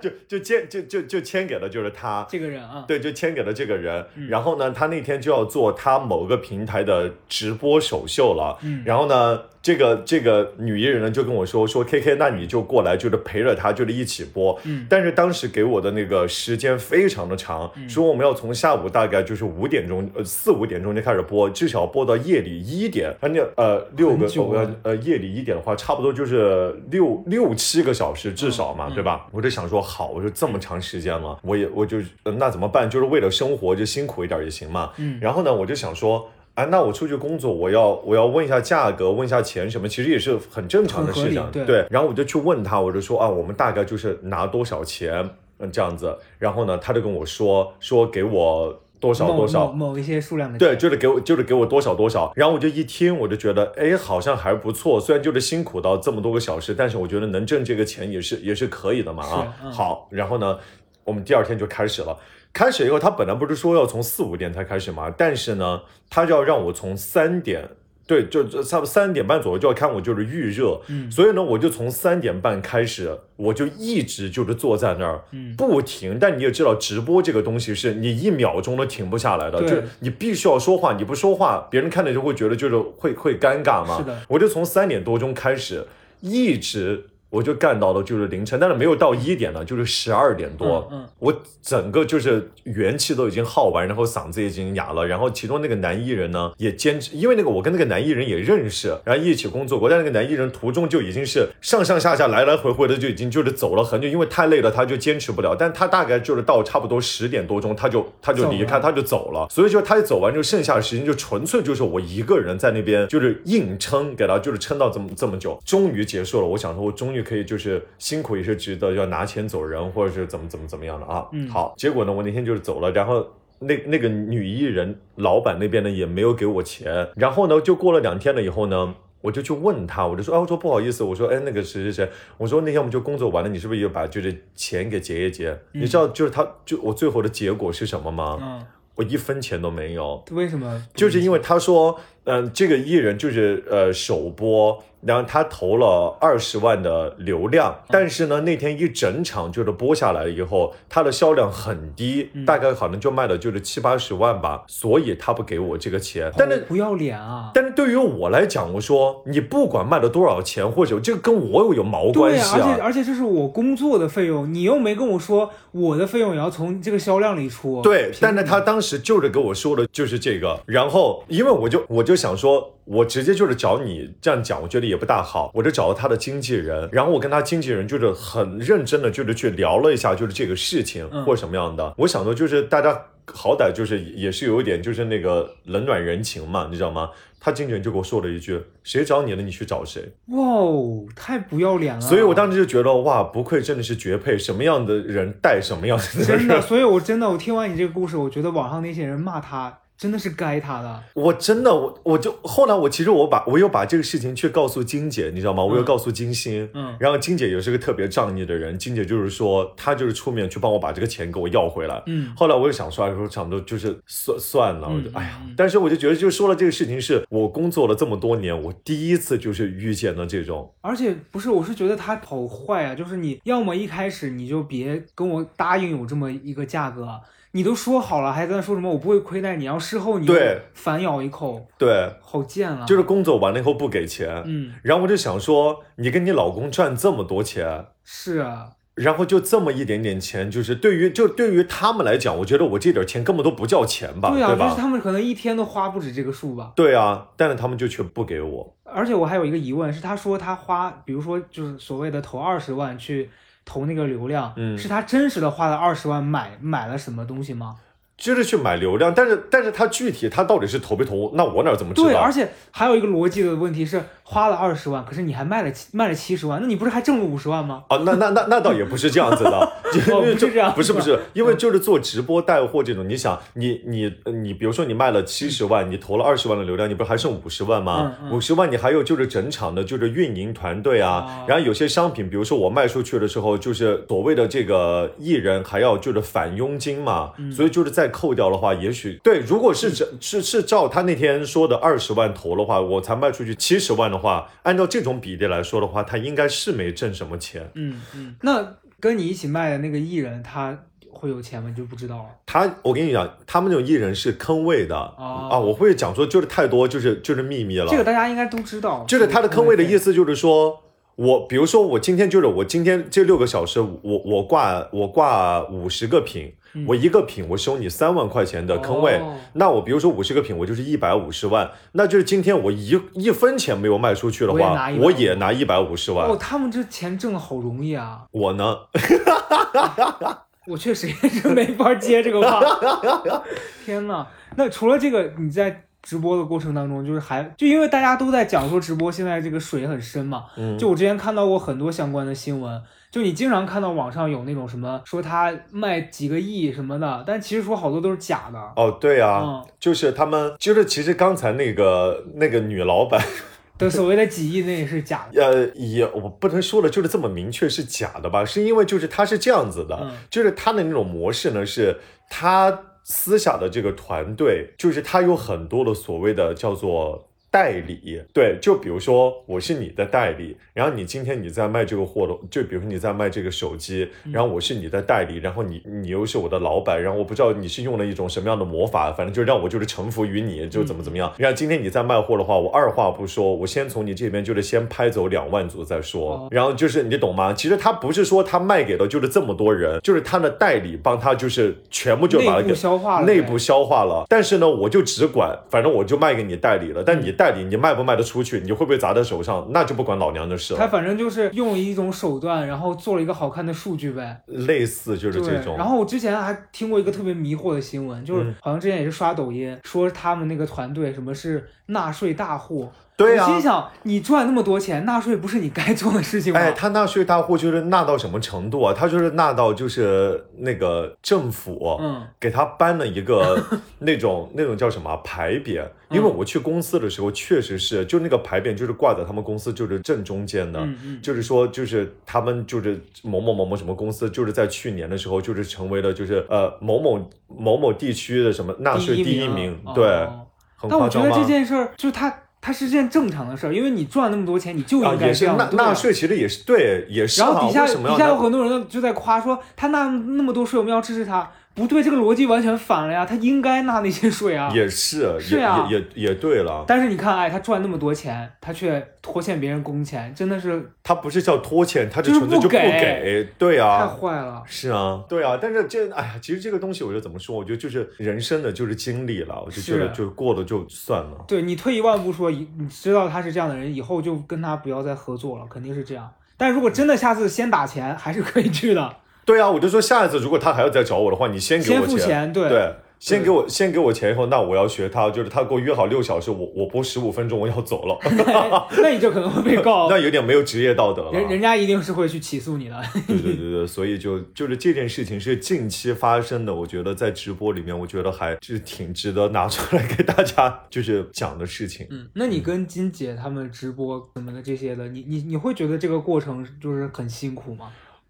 S2: 就就签就就就签给了就是他，
S1: 这个人啊，
S2: 对，就签给了这个人。然后呢，他那天就要做他某个平台的直播首秀了。
S1: 嗯
S2: 然后呢，这个这个女艺人呢就跟我说说，K K，那你就过来，就是陪着他，就是一起播。
S1: 嗯
S2: 但是当时给我的那个时间非常的长，说我们要从下午大概就是五点钟，呃四五点钟就开始播，至少播到夜里一点。而且呃六个
S1: 很久啊
S2: 呃呃夜里一点的话，差不多就是六六七个小时至少嘛，对吧？我就想说，好，我说这么长时间了，我也我就、呃那怎么办？就是为了生活就辛苦一点也行嘛。
S1: 嗯
S2: 然后呢，我就想说。啊，那我出去工作，我要我要问一下价格，问一下钱什么，其实也是很正常的
S1: 很合
S2: 事
S1: 理
S2: 情。
S1: 对
S2: 对，然后我就去问他，我就说啊，我们大概就是拿多少钱，嗯，这样子。然后呢，他就跟我说说给我多少
S1: 某
S2: 多少
S1: 某，某一些数量的
S2: 对，就是给我，就是给我多少多少。然后我就一听，我就觉得，哎，好像还不错。虽然就是辛苦到这么多个小时，但是我觉得能挣这个钱也是也是可以的嘛啊。
S1: 是嗯
S2: 好，然后呢，我们第二天就开始了。开始以后，他本来不是说要从四五点才开始嘛，但是呢，他就要让我从三点。对，就就差不多三点半左右就要看我就是预热，
S1: 嗯
S2: 所以呢，我就从三点半开始，我就一直就是坐在那儿，
S1: 嗯
S2: 不停。但你也知道，直播这个东西是你一秒钟都停不下来的，
S1: 对
S2: 就你必须要说话，你不说话，别人看着就会觉得就是会会尴尬嘛。
S1: 是的，
S2: 我就从三点多钟开始，一直我就干到了就是凌晨，但是没有到一点呢，就是十二点多。
S1: 嗯嗯
S2: 我整个就是元气都已经耗完，然后嗓子也已经哑了。然后其中那个男艺人呢，也坚持，因为那个我跟那个男艺人也认识，然后一起工作过。但那个男艺人途中就已经是上上下下来来回回的，就已经就是走了很久，因为太累了，他就坚持不了。但他大概就是到差不多十点多钟，他就他就离
S1: 走
S2: 开，
S1: 了
S2: 他就走了。所以说他一走完，就剩下的时间就纯粹就是我一个人在那边就是硬撑，给他就是撑到这么这么久，终于结束了。我想说，我终于可以就是辛苦也是值得，要拿钱走人或者是怎么怎么怎么样的啊。
S1: 嗯
S2: 好，结果呢，我那天就是走了，然后。那那个女艺人老板那边呢也没有给我钱，然后呢，就过了两天了以后呢，我就去问他，我就说，哎，我说不好意思，我说，哎，那个谁谁谁，我说那天我们就工作完了，你是不是也把就是钱给结一结？你知道就是他就我最后的结果是什么吗？
S1: 嗯，
S2: 我一分钱都没有，
S1: 为什么？
S2: 就是因为他说，嗯、这个艺人就是呃首播，然后他投了二十万的流
S1: 嗯
S2: 量，但是呢，那天一整场就是播下来以后，他的销量很低，
S1: 嗯
S2: 大概好像就卖了就是七八十万吧，所以他不给我这个钱，但是。
S1: 不要脸啊！
S2: 但是对于我来讲，我说你不管卖了多少钱，或者这个跟我有有毛关
S1: 对呀、
S2: 系啊
S1: 而且而且这是我工作的费用，你又没跟我说我的费用也要从这个销量里出。
S2: 对，但是他当时就是给我说的就是这个，然后因为我就我就想说，我直接就是找你这样讲，我觉得也不大好，我就找了他的经纪人，然后我跟他经纪人就是很认真的就是去聊了一下，就是这个事情
S1: 嗯
S2: 或什么样的，我想说就是大家。好歹就是也是有一点就是那个冷暖人情嘛，你知道吗？他经纪人就给我说了一句：“谁找你了，你去找谁。”
S1: 哇哦，太不要脸了！
S2: 所以我当时就觉得哇，不愧真的是绝配，什么样的人带什么样的人
S1: 啊真。的，所以我真的我听完你这个故事，我觉得网上那些人骂他真的是该他的。
S2: 我真的，我我就后来我其实我把我有把这个事情去告诉金姐，你知道吗？我有告诉金星，
S1: 嗯
S2: 然后金姐也是个特别仗义的人，金姐就是说她就是出面去帮我把这个钱给我要回来。
S1: 嗯，
S2: 后来我就想说，哎说差不多就是算算了，我就
S1: 嗯
S2: 哎呀
S1: 嗯嗯，
S2: 但是我就觉得，就说了这个事情是我工作了这么多年，我第一次就是遇见了这种，
S1: 而且不是，我是觉得他好坏啊，就是你要么一开始你就别跟我答应有这么一个价格，啊你都说好了，还在那说什么我不会亏待你，然后事后你又
S2: 对
S1: 反咬一口，
S2: 对，
S1: 好贱啊！
S2: 就是工作完了以后不给钱，
S1: 嗯，
S2: 然后我就想说，你跟你老公赚这么多钱，
S1: 是啊，
S2: 然后就这么一点点钱，就是对于就对于他们来讲，我觉得我这点钱根本都不叫钱吧，
S1: 对啊，就是
S2: 吧？
S1: 他们可能一天都花不止这个数吧。
S2: 对啊，但是他们就却不给我，
S1: 而且我还有一个疑问是，他说他花，比如说就是所谓的投二十万去投那个流量，
S2: 嗯
S1: 是他真实的花了二十万买买了什么东西吗？
S2: 就是去买流量，但是但是他具体他到底是投没投，那我哪怎么知
S1: 对，
S2: 道
S1: 而？且还有一个逻辑的问题是，花了二十万，可是你还卖了七卖了七十万，那你不是还挣了五十万 吗？
S2: 啊，那那那那倒也不是这样子 的，就
S1: 哦
S2: 因为
S1: 不是这样
S2: 不是
S1: 子
S2: 不是，因为就是做直播带货这种，你想，你你你，比如说你卖了七十万，你投了二十万的流量，你不是还剩五十万吗
S1: 嗯？嗯
S2: 五十万你还有就是整场的就是运营团队啊
S1: 哦，
S2: 然后有些商品，比如说我卖出去的时候，就是所谓的这个艺人还要就是返佣金嘛，
S1: 嗯
S2: 所以就是再扣掉的话，也许对，如果是这是是照他那天说的二十万投的话，我才卖出去七十万的话，按照这种比例来说的话，他应该是没挣什么钱。
S1: 嗯嗯，那跟你一起卖的那个艺人他会有钱吗？你就不知道了。
S2: 他，我跟你讲，他们这种艺人是坑位的、
S1: 哦
S2: 啊！我会讲说，就是太多，就是就是秘密了。
S1: 这个大家应该都知道，
S2: 就是他的坑位的意
S1: 思。
S2: 思，就是说我，比如说我今天就是我今天这六个小时，我我挂我挂五十个品，我一个品我收你三万块钱的坑位，
S1: 嗯哦
S2: 那我比如说五十个品，我就是一百五十万，那就是今天我一一分钱没有卖出去的话，我
S1: 我
S2: 也
S1: 也
S2: 拿一百五十万。
S1: 哦，他们这钱挣的好容易啊！
S2: 我呢，
S1: 我确实也是没法接这个 话。天呐，那除了这个，你在直播的过程当中，就是还就因为大家都在讲说直播现在这个水很深嘛，
S2: 嗯
S1: 就我之前看到过很多相关的新闻，就你经常看到网上有那种什么说他卖几个亿什么的，但其实说好多都是假的。
S2: 哦，对啊，
S1: 嗯，
S2: 就是他们，就是其实刚才那个那个女老板。
S1: 对，所谓的几亿那也是 假的。
S2: 呃，也我不能说了，就是这么明确是假的吧？是因为就是他是这样子的，
S1: 嗯
S2: 就是他的那种模式呢，是他私下的这个团队，就是他有很多的所谓的叫做。代理对，就比如说我是你的代理，然后你今天你在卖这个货的，就比如说你在卖这个手机，然后我是你的代理，然后你你又是我的老板，然后我不知道你是用了一种什么样的魔法，反正就让我就是臣服于你，就怎么怎么样。然后今天你在卖货的话，我二话不说，我先从你这边就是先拍走两万组再说
S1: 哦。
S2: 然后就是你懂吗？其实他不是说他卖给了就是这么多人，就是他的代理帮他就是全部就
S1: 内
S2: 把它给
S1: 部消化了呗，
S2: 内部消化了，但是呢，我就只管，反正我就卖给你代理了。但你代理，你卖不卖得出去，你会不会砸在手上，那就不管老娘的事
S1: 他
S2: 了。
S1: 反正就是用一种手段，然后做了一个好看的数据呗。
S2: 类似就是这种
S1: 然，后我之前还听过一个特别迷惑的新闻，就是
S2: 嗯
S1: 好像之前也是刷抖音，说他们那个团队什么是纳税大户。
S2: 对啊呀、
S1: 我心想你赚那么多钱，纳税不是你该做的事情吗？
S2: 哎，他纳税大户就是纳到什么程度啊？他就是纳到就是那个政府，
S1: 嗯，
S2: 给他颁了 一个那种那种叫什么啊牌匾，因为
S1: 嗯
S2: 我去公司的时候确实是，就那个牌匾就是挂在他们公司就是正中间的，
S1: 嗯嗯
S2: 就是说就是他们就是某某某某什么公司，就是在去年的时候就是成为了就是呃某某某某地区的什么纳税第一
S1: 啊
S2: 名，
S1: 哦
S2: 对，很
S1: 但
S2: 夸
S1: 我觉
S2: 张
S1: 得这
S2: 吗？
S1: 件事儿就是他，他是件正常的事儿，因为你赚那么多钱，你就
S2: 啊，
S1: 应
S2: 也
S1: 该
S2: 是
S1: 这样。
S2: 纳
S1: 对啊
S2: 纳。税，其实也是对，也是
S1: 然后
S2: 啊，
S1: 底下
S2: 为什么要
S1: 底下有
S2: 纳
S1: 很多人就在夸说他纳那么多税，我们要支持他。不对，这个逻辑完全反了呀，他应该纳那些税啊。
S2: 也是，
S1: 是啊
S2: 也也也也对了。
S1: 但是你看，哎，他赚那么多钱，他却拖欠别人工钱，真的是
S2: 他不是叫拖欠，他
S1: 就是
S2: 纯粹
S1: 不
S2: 就不
S1: 给
S2: 给，对
S1: 太
S2: 啊，
S1: 坏了。
S2: 是啊，对啊。但是这，哎呀，其实这个东西，我觉得怎么说，我觉得就是人生的就是经历了，我就觉得
S1: 是
S2: 就过了就算了。
S1: 对你退一万步说，以你知道他是这样的人，以后就跟他不要再合作了，肯定是这样。但如果真的下次先打钱，还是可以去的，
S2: 对啊，我就说下一次如果他还要再找我的话，你先给
S1: 先
S2: 我
S1: 付
S2: 钱，
S1: 钱，
S2: 对。
S1: 对，
S2: 先给我先给我钱以后，那我要学他，就是他给我约好六小时，我我播十五分钟，我要走了，
S1: 那你就可能会被告，
S2: 那有啊点没有职业道德了。
S1: 哦人人家一定是会去起诉你的。
S2: 对对对对，所以就就是这件事情是近期发生的，我觉得在直播里面，我觉得还是挺值得拿出来给大家就是讲的事情。
S1: 嗯，那你跟金姐他们直播什么的这些的，你你你会觉得这个过程就是很辛苦吗？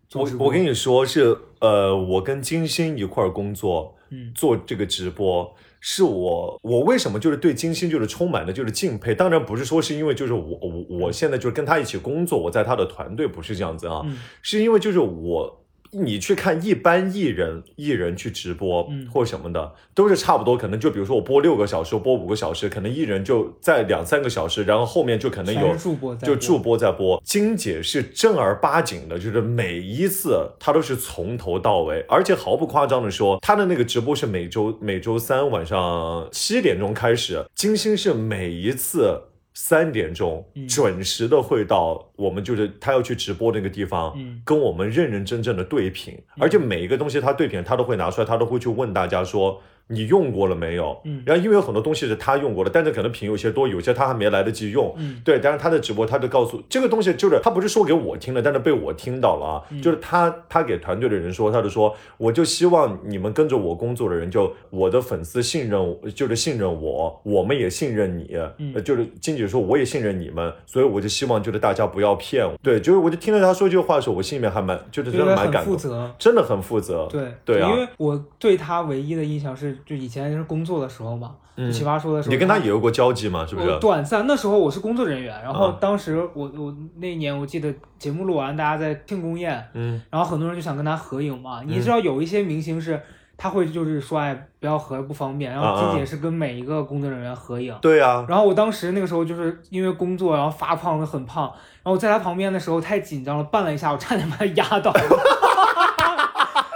S1: 做
S2: 我
S1: 直播
S2: 我跟你说是，呃，我跟金星一块儿工作，
S1: 嗯
S2: 做这个直播，是我我为什么就是对金星就是充满了就是敬佩？当然不是说是因为就是我我我现在就是跟他一起工作，我在他的团队不是这样子啊，
S1: 嗯
S2: 是因为就是我你去看一般艺人艺人去直播
S1: 嗯
S2: 或什么的，都是差不多，可能就比如说我播六个小时，我播五个小时，可能艺人就在两三个小时，然后后面就可能有
S1: 全是助播在
S2: 就
S1: 播
S2: 助播在播。金姐是正儿八经的，就是每一次她都是从头到尾，而且毫不夸张的说，她的那个直播是每周每周三晚上七点钟开始，金星是每一次。三点钟
S1: 嗯
S2: 准时的会到我们就是她要去直播那个地方，
S1: 嗯
S2: 跟我们认认真真的对品，而且每一个东西他对品，他都会拿出来，他都会去问大家说你用过了没有？
S1: 嗯
S2: 然后因为有很多东西是他用过的，但是可能品有些多，有些他还没来得及用。
S1: 嗯
S2: 对，但是他的直播，他就告诉这个东西，就是他不是说给我听的，但是被我听到了啊。
S1: 嗯
S2: 就是他，他给团队的人说，他就说，我就希望你们跟着我工作的人，就我的粉丝信任我，就是信任我，我们也信任你。
S1: 嗯
S2: 呃就是金姐说，我也信任你们，所以我就希望就是大家不要骗我。对，就是我就听到他说这句话的时候，我心里面还蛮，就是真
S1: 因
S2: 的
S1: 为
S2: 蛮
S1: 很
S2: 感
S1: 负
S2: 动，
S1: 责。
S2: 真的很负责。
S1: 对
S2: 对啊
S1: 因为我对他唯一的印象是，就以前是工作的时候嘛，就奇葩说的时候，
S2: 嗯你跟他也有过交集吗？是不
S1: 我
S2: 是？
S1: 短暂，那时候我是工作人员，然后
S2: 啊
S1: 当时我我那年我记得节目录完，大家在庆功宴，
S2: 嗯，
S1: 然后很多人就想跟他合影嘛。你知道有一些明星是他会就是说哎不要合不方便，然后
S2: 啊啊
S1: 金姐是跟每一个工作人员合影。
S2: 对啊，
S1: 然后我当时那个时候就是因为工作，然后发胖的很胖，然后我在他旁边的时候太紧张了，绊了一下，我差点把他压倒了。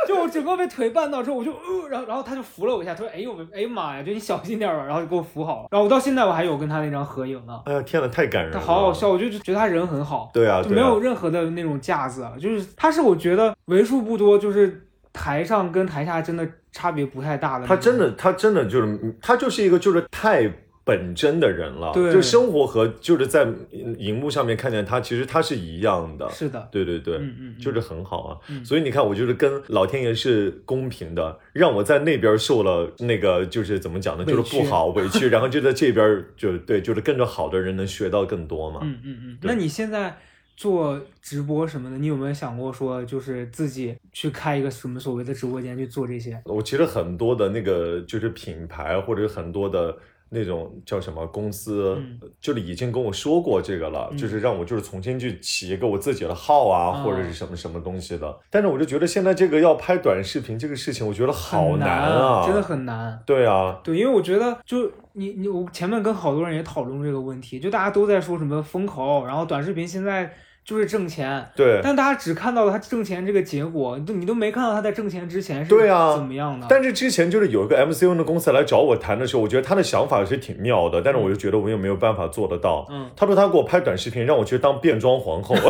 S1: 就我整个被腿绊到之后，我就呃，然后然后他就扶了我一下，他说：“哎呦，哎呀妈呀，就你小心点儿吧。”然后就给我扶好了。然后我到现在我还有跟他那张合影呢，
S2: 哎呀，天呐，太感人了。
S1: 他好好笑，我就觉得他人很好，
S2: 对啊，
S1: 就
S2: 对啊，
S1: 没有任何的那种架子，啊就是他是我觉得为数不多就是台上跟台下真的差别不太大的那种。
S2: 他真的，他真的就是，他就是一个就是太本真的人了。
S1: 对
S2: 就生活和就是在荧幕上面看见他，其实他是一样的。
S1: 是的，
S2: 对对对，
S1: 嗯嗯，嗯
S2: 就是很好啊。
S1: 嗯
S2: 所以你看，我就是跟老天爷是公平的，让我在那边受了那个就是怎么讲呢，
S1: 委屈
S2: 就是不好委屈，然后就在这边就对，就是跟着好的人能学到更多嘛。
S1: 嗯嗯嗯。
S2: 对
S1: 那你现在做直播什么的，你有没有想过说，就是自己去开一个什么所谓的直播间去做这些？
S2: 我其实很多的那个就是品牌或者很多的那种叫什么公司，
S1: 嗯
S2: 就是已经跟我说过这个了，
S1: 嗯
S2: 就是让我就是重新去起一个我自己的号啊，
S1: 啊
S2: 或者是什么什么东西的。但是我就觉得现在这个要拍短视频这个事情，我觉得好
S1: 很难
S2: 啊，
S1: 真的。很难。
S2: 对啊，
S1: 对，因为我觉得就你你我前面跟好多人也讨论这个问题，就大家都在说什么风口，然后短视频现在就是挣钱，
S2: 对。
S1: 但大家只看到了他挣钱这个结果，你都你都没看到他在挣钱之前是
S2: 对啊
S1: 怎么样的。
S2: 但是之前就是有一个 MCU 的公司来找我谈的时候，我觉得他的想法是挺妙的，但是我就觉得我也没有办法做得到。
S1: 嗯，
S2: 他说他给我拍短视频，让我去当变装皇后，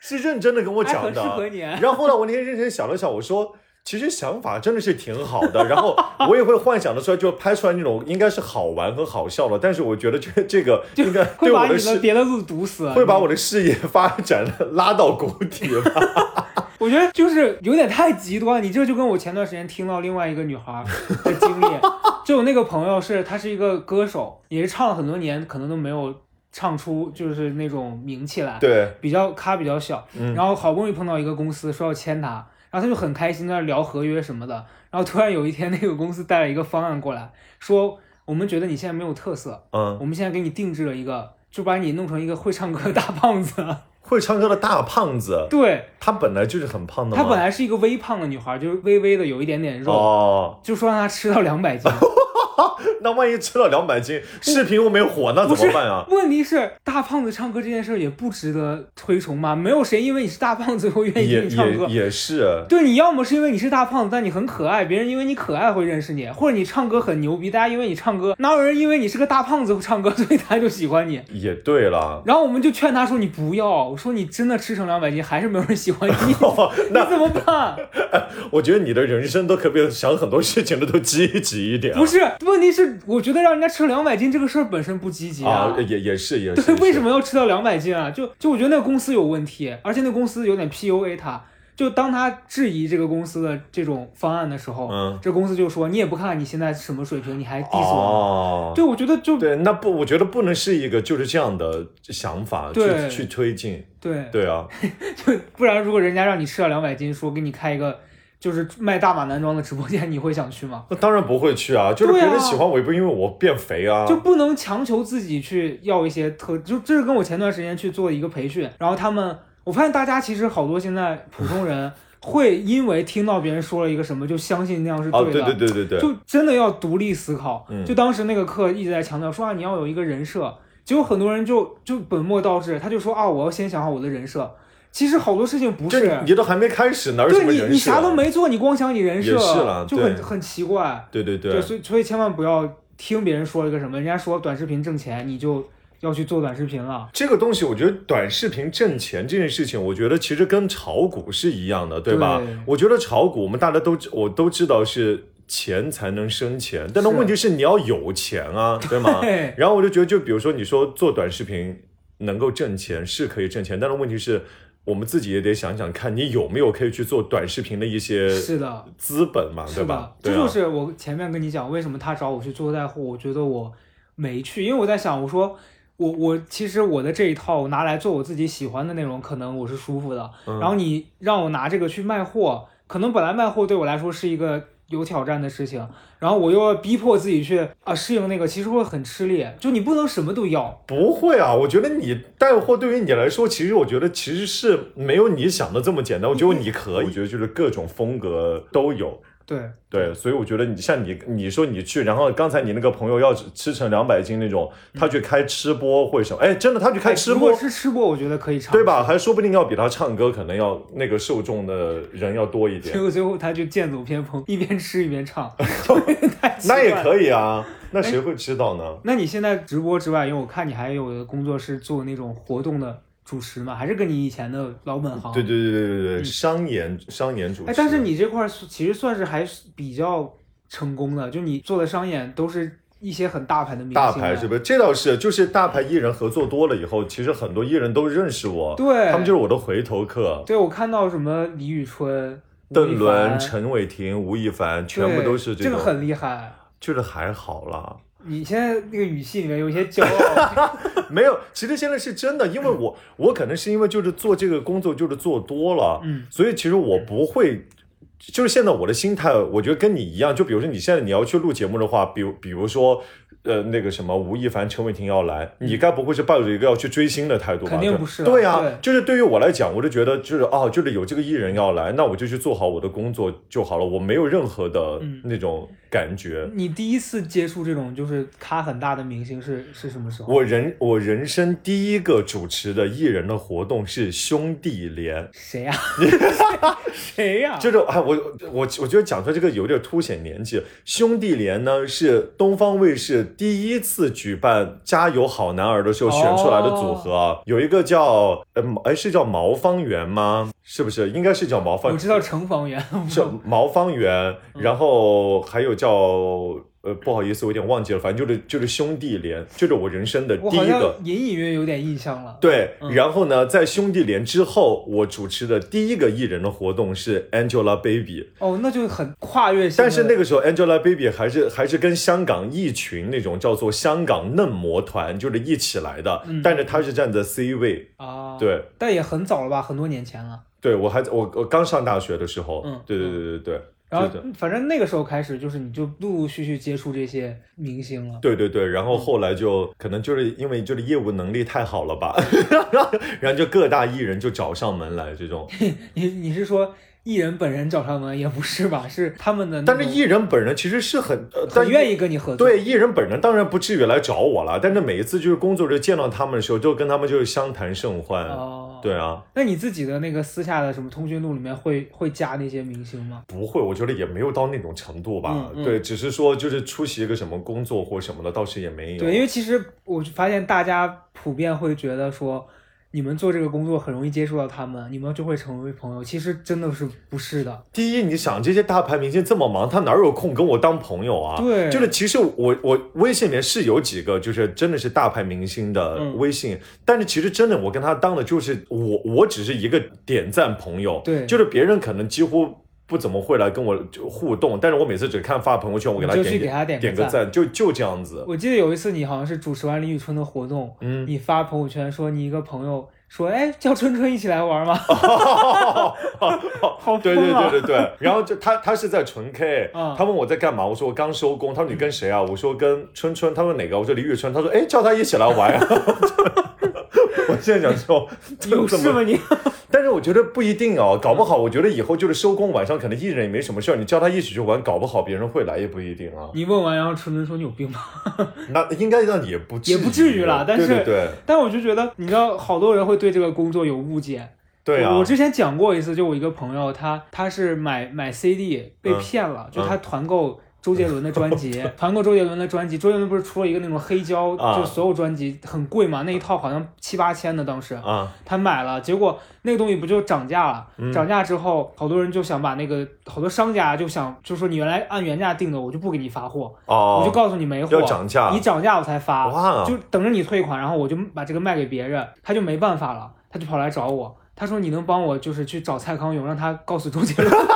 S2: 是认真的跟我
S1: 还
S2: 讲
S1: 很
S2: 的。
S1: 适合你。
S2: 然后后来我那天认真想了想，我说。其实想法真的是挺好的，然后我也会幻想的出来，就拍出来那种应该是好玩和好笑的，但是我觉得这 这个
S1: 就
S2: 应该
S1: 会
S2: 对
S1: 把
S2: 我
S1: 你
S2: 的
S1: 的
S2: 事
S1: 别的路堵死，
S2: 会把我的事业发展拉到谷底吧。
S1: 我觉得就是有点太极端，你这就跟我前段时间听到另外一个女 孩的经历，就我那个朋友是，她是一个歌手，也是唱了很多年，可能都没有唱出就是那种名气来，
S2: 对，
S1: 比较咖比较小，
S2: 嗯
S1: 然后好不容易碰到一个公司说要签她，然后她就很开心在那聊合约什么的，然后突然有一天那个公司带了一个方案过来，说我们觉得你现在没有特色，
S2: 嗯，
S1: 我们现在给你定制了一个，就把你弄成一个会唱歌的大胖子，
S2: 会唱歌的大胖子，
S1: 对。
S2: 他本来就是很胖的
S1: 她
S2: 吗？
S1: 本来是一个微胖的女孩，就是微微的有一点点肉，
S2: 哦，
S1: 就说让她吃到两百 斤。
S2: 那万一吃了两百斤，视频又没有火，那
S1: 不
S2: 怎
S1: 是
S2: 么办啊？
S1: 问题是大胖子唱歌这件事儿也不值得推崇吧？没有谁因为你是大胖子会愿意
S2: 也
S1: 听哎你唱
S2: 也
S1: 歌。
S2: 也是，
S1: 对，你要么是因为你是大胖子，但你很可爱，别人因为你可爱会认识你，或者你唱歌很牛逼，大家因为你唱歌，哪有人因为你是个大胖子会唱歌，所以大家就喜欢你。
S2: 也对 了。
S1: 然后我们就劝他说：“你不要，我说你真的吃成两百斤，还是没有人喜欢你，你
S2: 哦
S1: 怎么办？”
S2: 我觉得你的人生都可不可以想很多事情的都积极一点啊、
S1: 不是，问题是我觉得让人家吃两百斤这个事儿本身不积极
S2: 啊，也也是也是。
S1: 对， 为什
S2: 么？
S1: 么要吃到两百斤啊？就就我觉得那个公司有问题，而且那个公司有点 PUA 他。就当他质疑这个公司的这种方案的时候，
S2: 嗯
S1: 这公司就说你也不看看你现在什么水平，你还 diss 我。
S2: 哦，
S1: 对，我觉得就
S2: 对，那不，我觉得不能是一个就是这样的想法去
S1: 对
S2: 去推进。
S1: 对
S2: 对啊，
S1: 就不然如果人家让你吃到两百斤，说给你开一个就是卖大码男装的直播间，你会想去吗？
S2: 那当然不会去啊，就是别
S1: 对
S2: 人
S1: 啊
S2: 喜欢我，也不是因为我变肥啊。
S1: 就不能强求自己去要一些特，就这是跟我前段时间去做一个培训，然后他们。我发现大家其实好多现在普通人会因为听到别人说了一个什么，就相信那样是
S2: 哦，
S1: 的。
S2: 对对对对对，
S1: 就真的要独立思考。
S2: 嗯
S1: 就当时那个课一直在强调说啊，你要有一个人设，结果很多人就就本末倒置，他就说啊，我要先想好我的人设。其实好多事情不
S2: 这
S1: 是
S2: 你，你都还没开始，哪有什
S1: 对
S2: 么
S1: 你
S2: 人
S1: 你
S2: 设啊？
S1: 啥都没做，你光想你人设
S2: 也是啦
S1: 就
S2: 对
S1: 很很奇怪。
S2: 对对对
S1: 对，，所以所以千万不要听别人说一个什么，人家说短视频挣钱，你就要去做短视频了。
S2: 这个东西，我觉得短视频挣钱这件事情，我觉得其实跟炒股是一样的，对吧？
S1: 对
S2: 我觉得炒股，我们大家都我都知道是钱才能生钱，但是
S1: 是
S2: 问题是你要有钱啊， 对吗？
S1: 对
S2: 然后我就觉得，就比如说你说做短视频能够挣钱是可以挣钱，但是问题是我们自己也得想想看你有没有可以去做短视频的一些
S1: 是的，
S2: 资本嘛，
S1: 是
S2: 对
S1: 吧
S2: 吧？？
S1: 这
S2: 对
S1: 就
S2: 啊，
S1: 是我前面跟你讲，为什么他找我去做带货，我觉得我没去，因为我在想，我说我我其实我的这一套拿来做我自己喜欢的内容，可能我是舒服的。
S2: 嗯
S1: 然后你让我拿这个去卖货，可能本来卖货对我来说是一个有挑战的事情，然后我又要逼迫自己去啊适应那个，其实会很吃力。就你不能什么都要，
S2: 不会啊，我觉得你带货对于你来说，其实我觉得其实是没有你想的这么简单。我觉得你可以，我觉得就是各种风格都有。
S1: 对
S2: 对，所以我觉得你像你，你说你去，然后刚才你那个朋友要吃吃成两百斤那种，他去开吃播或者什么，哎，真的他去开吃
S1: 如果
S2: 播，
S1: 是吃播，我觉得可以尝，
S2: 对？吧？还说不定要比他唱歌可能要那个受众的人要多一
S1: 结
S2: 点，
S1: 果最后他就剑走偏锋，一边吃一边 唱，
S2: 那也
S1: 可以。
S2: 可以啊，那谁会知道呢？
S1: 那你现在直播之外，因为我看你还有的工作是做那种活动的主持嘛，还是跟你以前的老本行？
S2: 对。对对对对对，
S1: 嗯
S2: 商言商言主持。啊
S1: 哎，但是你这块儿是其实算是还是比较成功的，就你做的商演都是一些很大牌的明星。啊
S2: 大牌是？不是？这倒是，就是大牌艺人合作多了以后，其实很多艺人都认识我，
S1: 对，
S2: 他们就是我的回头客。
S1: 对我看到什么李宇春、吴亦
S2: 邓伦、
S1: 凡
S2: 陈伟霆、吴亦凡，全部
S1: 对
S2: 都是
S1: 这个
S2: 种，
S1: 很厉害。
S2: 觉得还好啦。
S1: 你现在那个语气里面有一些骄傲，
S2: 没有，其实现在是真的，因为我我可能是因为就是做这个工作就是做多了，
S1: 嗯，
S2: 所以其实我不会。就是现在我的心态，我觉得跟你一样。就比如说你现在你要去录节目的话，比如比如说，呃，那个什么吴亦凡、陈伟霆要来，你该不会是抱着一个要去追星的态度
S1: 嗯
S2: 吧？
S1: 肯定
S2: 对
S1: 不是啊
S2: 对啊
S1: 对
S2: 就是对于我来讲，我就觉得就是哦，就是有这个艺人要来，那我就去做好我的工作就好了，我没有任何的
S1: 嗯
S2: 那种感觉。
S1: 你第一次接触这种就是咖很大的明星是是什么时候？
S2: 我人我人生第一个主持的艺人的活动是兄弟连，
S1: 谁 呀、谁呀、
S2: 就是哎，我我我觉得讲出来这个有点凸显年纪。兄弟连呢是东方卫视第一次举办《加油好男儿》的时候选出来的组合，啊
S1: 哦
S2: 有一个叫呃哎是叫毛方圆吗？是不是？应该是叫毛方
S1: 我，知道程方圆，
S2: 是毛方圆，
S1: 嗯
S2: 然后还有叫呃不好意思，我有点忘记了，反正就是就是兄弟连，就是我人生的
S1: 我
S2: 第
S1: 好
S2: 一个
S1: 像隐隐约有点印象了。
S2: 对，
S1: 嗯
S2: 然后呢，在兄弟连之后，我主持的第一个艺人的活动是 Angelababy，
S1: 哦，那就很跨越性的。
S2: 但是那个时候 Angelababy 还是还是跟香港一群那种叫做香港嫩模团就是一起来的，
S1: 嗯
S2: 但是她是站在 C 位，
S1: 啊，，
S2: 对。
S1: 但也很早了吧，很多年前了。
S2: 对，我还我我刚上大学的时候，
S1: 嗯
S2: 对对对对对
S1: 然后
S2: 对
S1: 反正那个时候开始，就是你就陆陆续续接触这些明星了。
S2: 对对对，
S1: 嗯
S2: 然后后来就可能就是因为就是业务能力太好 了吧， 然后就各大艺人就找上门来这种，
S1: 你你是说艺人本人找上门也不是吧？是他们的那
S2: 但
S1: 种，
S2: 是艺人本人其实是很，呃、但
S1: 很愿意跟你合作。，
S2: 对，艺人本人当然不至于来找我了，但是每一次就是工作日见到他们的时候，就跟他们就是相谈甚欢。
S1: 哦，。
S2: 对啊，
S1: 那你自己的那个私下的什么通讯录里面会会加那些明星吗？
S2: 不会，我觉得也没有到那种程度吧。
S1: 嗯嗯
S2: 对，只是说就是出席一个什么工作或什么的，倒是也没有。
S1: 对，因为其实我就发现大家普遍会觉得说，你们做这个工作很容易接触到他们，你们就会成为朋友。其实真的是不是的，
S2: 第一，你想这些大牌明星这么忙，他哪有空跟我当朋友啊？
S1: 对
S2: 就是其实我我微信里面是有几个就是真的是大牌明星的
S1: 嗯
S2: 微信，但是其实真的我跟他当的就是我我只是一个点赞朋友，
S1: 对
S2: 就是别人可能几乎。不怎么会来跟我就互动，但是我每次只看发朋友圈，我给他
S1: 你
S2: 点
S1: 就去给他点个
S2: 点个赞，就就这样子。
S1: 我记得有一次你好像是主持完李宇春的活动，
S2: 嗯，
S1: 你发朋友圈说你一个朋友说，哎，叫春春一起来玩吗？
S2: 哦
S1: 好疯
S2: 对对
S1: 啊
S2: 对对对，然后就他他是在纯 K，、
S1: 嗯
S2: 他问我在干嘛，我说我刚收工，他说你跟谁啊？我说跟春春，他说哪个？我说李宇春，他说 哎叫他一起来玩啊。我现在想说，
S1: 有
S2: 怎
S1: 事
S2: 么
S1: 吗你？
S2: 但是我觉得不一定哦，搞不好我觉得以后就是收工晚上可能艺人也没什么事儿，你叫他一起去玩，搞不好别人会来也不一定啊。
S1: 你问完，然后纯纯说你有病吗？
S2: 那应该让也不
S1: 嗯也不至于啦但是
S2: 对对对
S1: 但我就觉得，你知道，好多人会对这个工作有误解。
S2: 对啊，
S1: 我我之前讲过一次，就我一个朋友，他他是买买 CD 被
S2: 嗯
S1: 骗了，就他团购周杰伦的专辑，团购周杰伦的专辑，周杰伦不是出了一个那种黑胶，
S2: 啊
S1: 就所有专辑很贵嘛，那一套好像七八千的，当时
S2: 啊，
S1: 他买了，结果那个东西不就涨价了？
S2: 嗯
S1: 涨价之后，好多人就想把那个，好多商家就想就说你原来按原价定的，我就不给你发货，我就
S2: 哦，
S1: 告诉你没货
S2: 要，涨价哦
S1: 你，涨价我才发。
S2: 哇，
S1: 就等着你退款，然后我就把这个卖给别人，他就没办法了，他就跑来找我，他说你能帮我就是去找蔡康永，让他告诉周杰伦。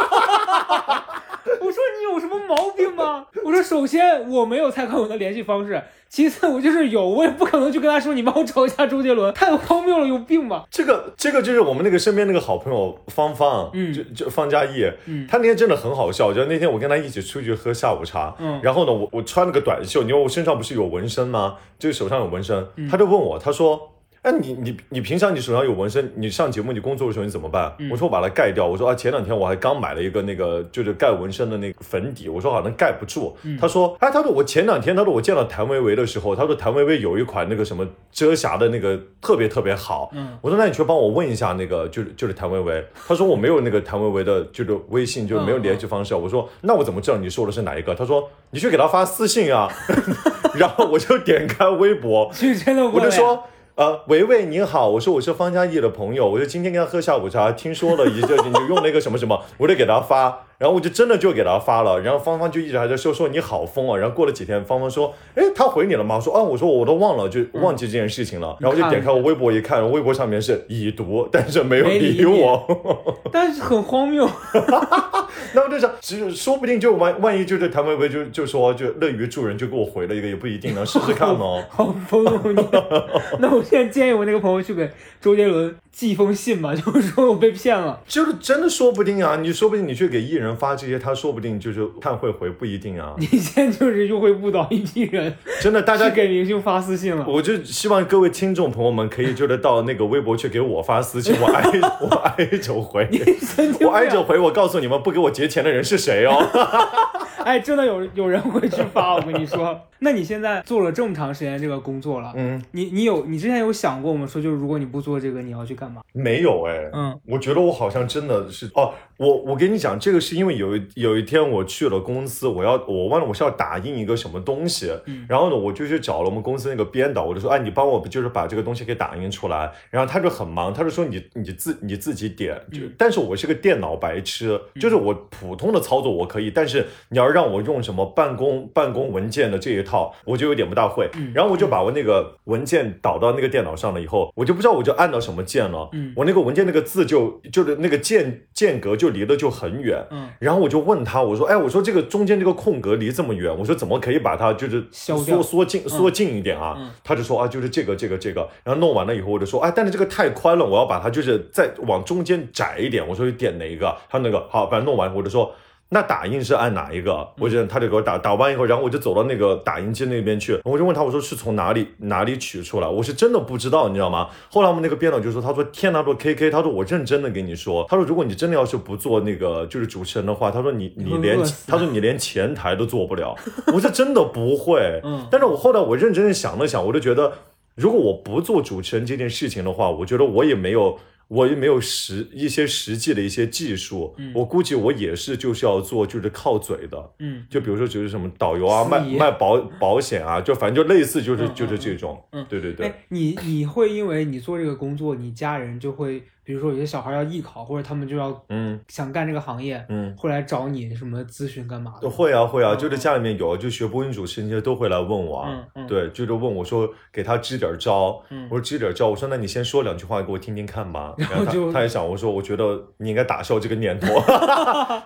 S1: 我说你有什么毛病吗？我说首先我没有蔡康永的联系方式，其次我就是有，我也不可能去跟他说你帮我找一下周杰伦，太荒谬了，有病吧？
S2: 这个这个就是我们那个身边那个好朋友芳芳，
S1: 嗯
S2: 就就方嘉译，
S1: 嗯
S2: 他那天真的很好笑。就那天我跟他一起出去喝下午茶，
S1: 嗯
S2: 然后呢，我我穿了个短袖，因为我身上不是有纹身吗？就是手上有纹身，
S1: 嗯
S2: 他就问我，他说。哎，你你你平常你手上有纹身，你上节目你工作的时候你怎么办？我说我把它盖掉。我说啊，前两天我还刚买了一个那个就是盖纹身的那个粉底，我说好像盖不住。他说，哎，他说我前两天他说我见到谭维维的时候，他说谭维维有一款那个什么遮瑕的那个特别特别好。
S1: 嗯
S2: 我说那你去帮我问一下那个就是就是谭维维，他说我没有那个谭维维的就是微信，就是没有联系方式。啊我说那我怎么知道你说的是哪一个？他说你去给他发私信啊， 然后我就点开微博，
S1: 所以真的
S2: 我
S1: 了呀，
S2: 就说。呃，维维你好，我说我是方嘉译的朋友，我就今天跟他喝下午茶，听说了一个你用了一个什么什么，我就给他发，然后我就真的就给他发了，然后芳芳就一直还在说说你好疯啊，然后过了几天，芳芳说，哎，他回你了吗？我说啊，我说我都忘了，就忘记这件事情了，然后我就点开我微博一看，微博上面是已读，但是没有
S1: 没理
S2: 理我，
S1: 但是很荒谬。
S2: 那我就想，其实说不定就万万一就是谭维维就就说就乐于助人，就给我回了一个也不一定呢，试试看哦。
S1: 好疯哦你！那我现在建议我那个朋友去给周杰伦寄一封信吧，就是说我被骗了。
S2: 就是真的说不定啊，你说不定你去给艺人发这些，他说不定就是看会回，不一定啊
S1: 你。现在就是又会误导一批人，
S2: 真的，大
S1: 大
S2: 家
S1: 家给明星发私信了。
S2: 我 就希望各位听众朋友们可以就是到那个微博去给我发私信，我挨我挨着回，
S1: 神经病
S2: 我挨着回，我告诉你们不给我结钱的人是谁哦。
S1: 哎，真的有有人会去发，我 跟你说。那你现在做了这么长时间这个工作了，
S2: 嗯，
S1: 你你有你之前有想过我们说，就是如果你不做这个，你要去干嘛？
S2: 没有哎，
S1: 嗯
S2: 我觉得我好像真的是哦，我我跟你讲，这个是因为有一有一天我去了公司，我要我忘了我是要打印一个什么东西，
S1: 嗯
S2: 然后呢，我就去找了我们公司那个编导，我就说，哎，你帮我就是把这个东西给打印出来。然后他就很忙，他就说你你自你自己点，就、但是我是个电脑白痴，就是我普通的操作我可以，但是你要让我用什么办公办公文件的这一套，我就有点不大会。然后我就把我那个文件导到那个电脑上了以后，我就不知道我就按到什么键了，
S1: 嗯
S2: 我那个文件那个字就就是那个间间隔就离得就很远，
S1: 嗯，
S2: 然后我就问他，我说，哎，我说这个中间这个空格离这么远，我说怎么可以把它就是
S1: 消掉
S2: 缩缩近缩近一点啊？
S1: 嗯
S2: 他就说啊，就是这个这个这个。然后弄完了以后，我就说，哎，但是这个太宽了，我要把它就是再往中间窄一点。我说点哪一个？他那个好，反正弄完我就说。那打印是按哪一
S1: 嗯
S2: 个？我就他就给我打打完以后，然后我就走到那个打印机那边去，我就问他，我说是从哪里哪里取出来？我是真的不知道，你知道吗？后来我们那个编导就说，他说天呐，他说 K K，他说我认真的跟你说，他说如果你真的要是不做那个就是主持人的话，他说你
S1: 你
S2: 你
S1: 会
S2: 连
S1: 饿死
S2: 他说你连前台都做 不了，我是真的不会。
S1: 嗯
S2: 但是我后来我认真的想了想，我就觉得，如果我不做主持人这件事情的话，我觉得我也没有，我也没有实一些实际的一些技术，我估计我也是就是要做就是靠嘴的。
S1: 嗯
S2: 就比如说，就是什么导游啊，
S1: 司
S2: 卖
S1: 仪
S2: 卖保保险啊，就反正就类似，就是
S1: 嗯嗯
S2: 就是这种，
S1: 嗯
S2: 对对对
S1: 哎，你你会因为你做这个工作，你家人就会，比如说有些小孩要艺考，或者他们就要
S2: 嗯
S1: 想干这个行业，
S2: 嗯，
S1: 会来找你什么咨询干嘛的？
S2: 会啊会啊，
S1: 嗯
S2: 就是家里面有，就学播音主持那些都会来问我啊
S1: 嗯，嗯
S2: 对，就是问我说给他支点招，
S1: 嗯
S2: 我说支点招，我说那你先说两句话给我听听 看吧。然后他
S1: 就
S2: 他也想，我说我觉得你应该打消这个 念头，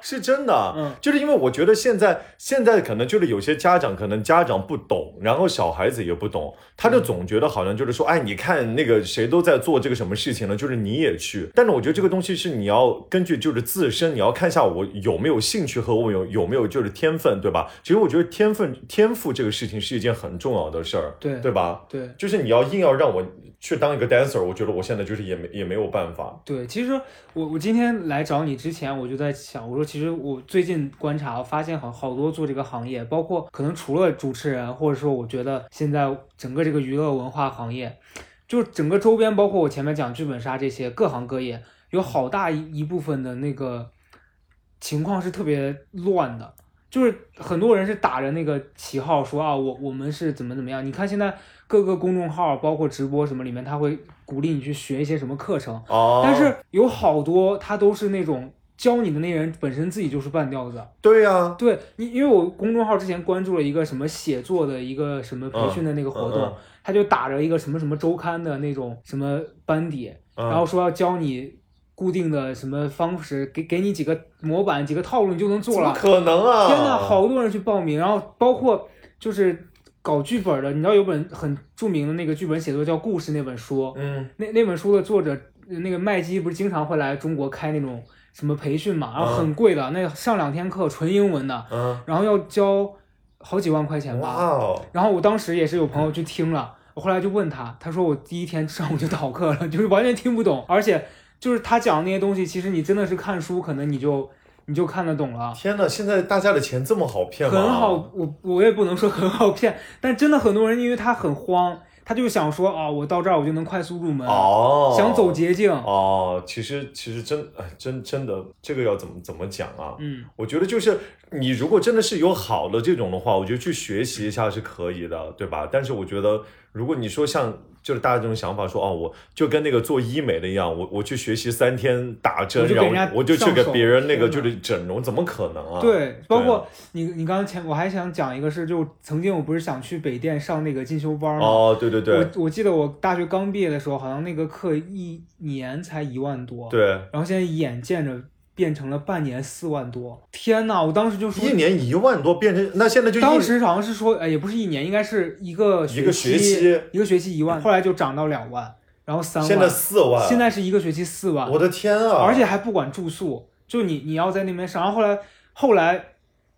S2: 是真的，
S1: 嗯
S2: 就是因为我觉得现在现在可能就是有些家长可能家长不懂，然后小孩子也不懂，他就总觉得好像就是说，哎，你看那个谁都在做这个什么事情呢，就是你也去。但是我觉得这个东西是你要根据就是自身，你要看一下我有没有兴趣和我有有没有就是天分，对吧？其实我觉得天分天赋这个事情是一件很重要的事儿，
S1: 对
S2: 对吧？
S1: 对，
S2: 就是你要硬要让我去当一个 dancer，我觉得我现在就是也没也没有办法。
S1: 对，其实我我今天来找你之前，我就在想，我说其实我最近观察发现好好多做这个行业，包括可能除了主持人，或者说我觉得现在整个这个娱乐文化行业，就整个周边，包括我前面讲剧本杀这些，各行各业有好大一一部分的那个情况是特别乱的。就是很多人是打着那个旗号说啊，我我们是怎么怎么样。你看现在各个公众号，包括直播什么里面，他会鼓励你去学一些什么课程，
S2: 哦，
S1: 但是有好多他都是那种教你的那人本身自己就是半吊子。
S2: 对呀、
S1: 对啊你，因为我公众号之前关注了一个什么写作的一个什么培训的那个活动，
S2: 嗯
S1: 他就打着一个什么什么周刊的那种什么班底，
S2: 嗯
S1: 然后说要教你。固定的什么方式，给给你几个模板、几个套路，你就能
S2: 怎
S1: 做了
S2: 么。可能啊！
S1: 天呐，好多人去报名，然后包括就是搞剧本的，你知道有本很著名的那个剧本写作叫《故事》那本书，
S2: 嗯，
S1: 那那本书的作者呃那个麦基不是经常会来中国开那种什么培训嘛，然后很贵的，那上两天课纯英文的，
S2: 嗯
S1: 然后要交好几万块钱
S2: 嗯，哇嗯
S1: 吧。
S2: 哦，
S1: 然后我当时也是有朋友去听了，我后来就问他，他说我第一天上午就逃课了，就是完全听不懂，而且就是他讲的那些东西，其实你真的是看书，可能你就你就看得懂了。
S2: 天呐，现在大家的钱这么好骗吗？
S1: 很好，我我也不能说很好骗，但真的很多人因为他很慌，他就想说啊、我到这儿我就能快速入门，
S2: 哦，
S1: 想走捷径。
S2: 哦，其实其实真哎真真的这个要怎么怎么讲啊？
S1: 嗯，
S2: 我觉得就是你如果真的是有好的这种的话，我觉得去学习一下是可以的，对吧？但是我觉得如果你说像就是大家这种想法说哦，我就跟那个做医美的一样，我我去学习三天打针，
S1: 我就给人家
S2: 然后我就去给
S1: 上手
S2: 别人那个
S1: 天
S2: 就
S1: 哪
S2: 是整容，怎么可能啊？
S1: 对，包括你你刚刚前我还想讲一个事，就曾经我不是想去北电上那个进修班吗？
S2: 哦，对对对
S1: 我我记得我大学刚毕业的时候，好像那个课一年才一万多，
S2: 对，
S1: 然后现在眼见着变成了半年四万多，天呐，我当时就说
S2: 一年一万多变成那现在就一
S1: 当时好像是说，哎，也不是一年，应该是一个
S2: 一个学期嗯
S1: 期，一个学期一万，后来就涨到两万，然后三万，
S2: 现在四万，
S1: 现在是一个学期四万，
S2: 我的天啊！
S1: 而且还不管住宿，就你你要在那边上。然后后来后来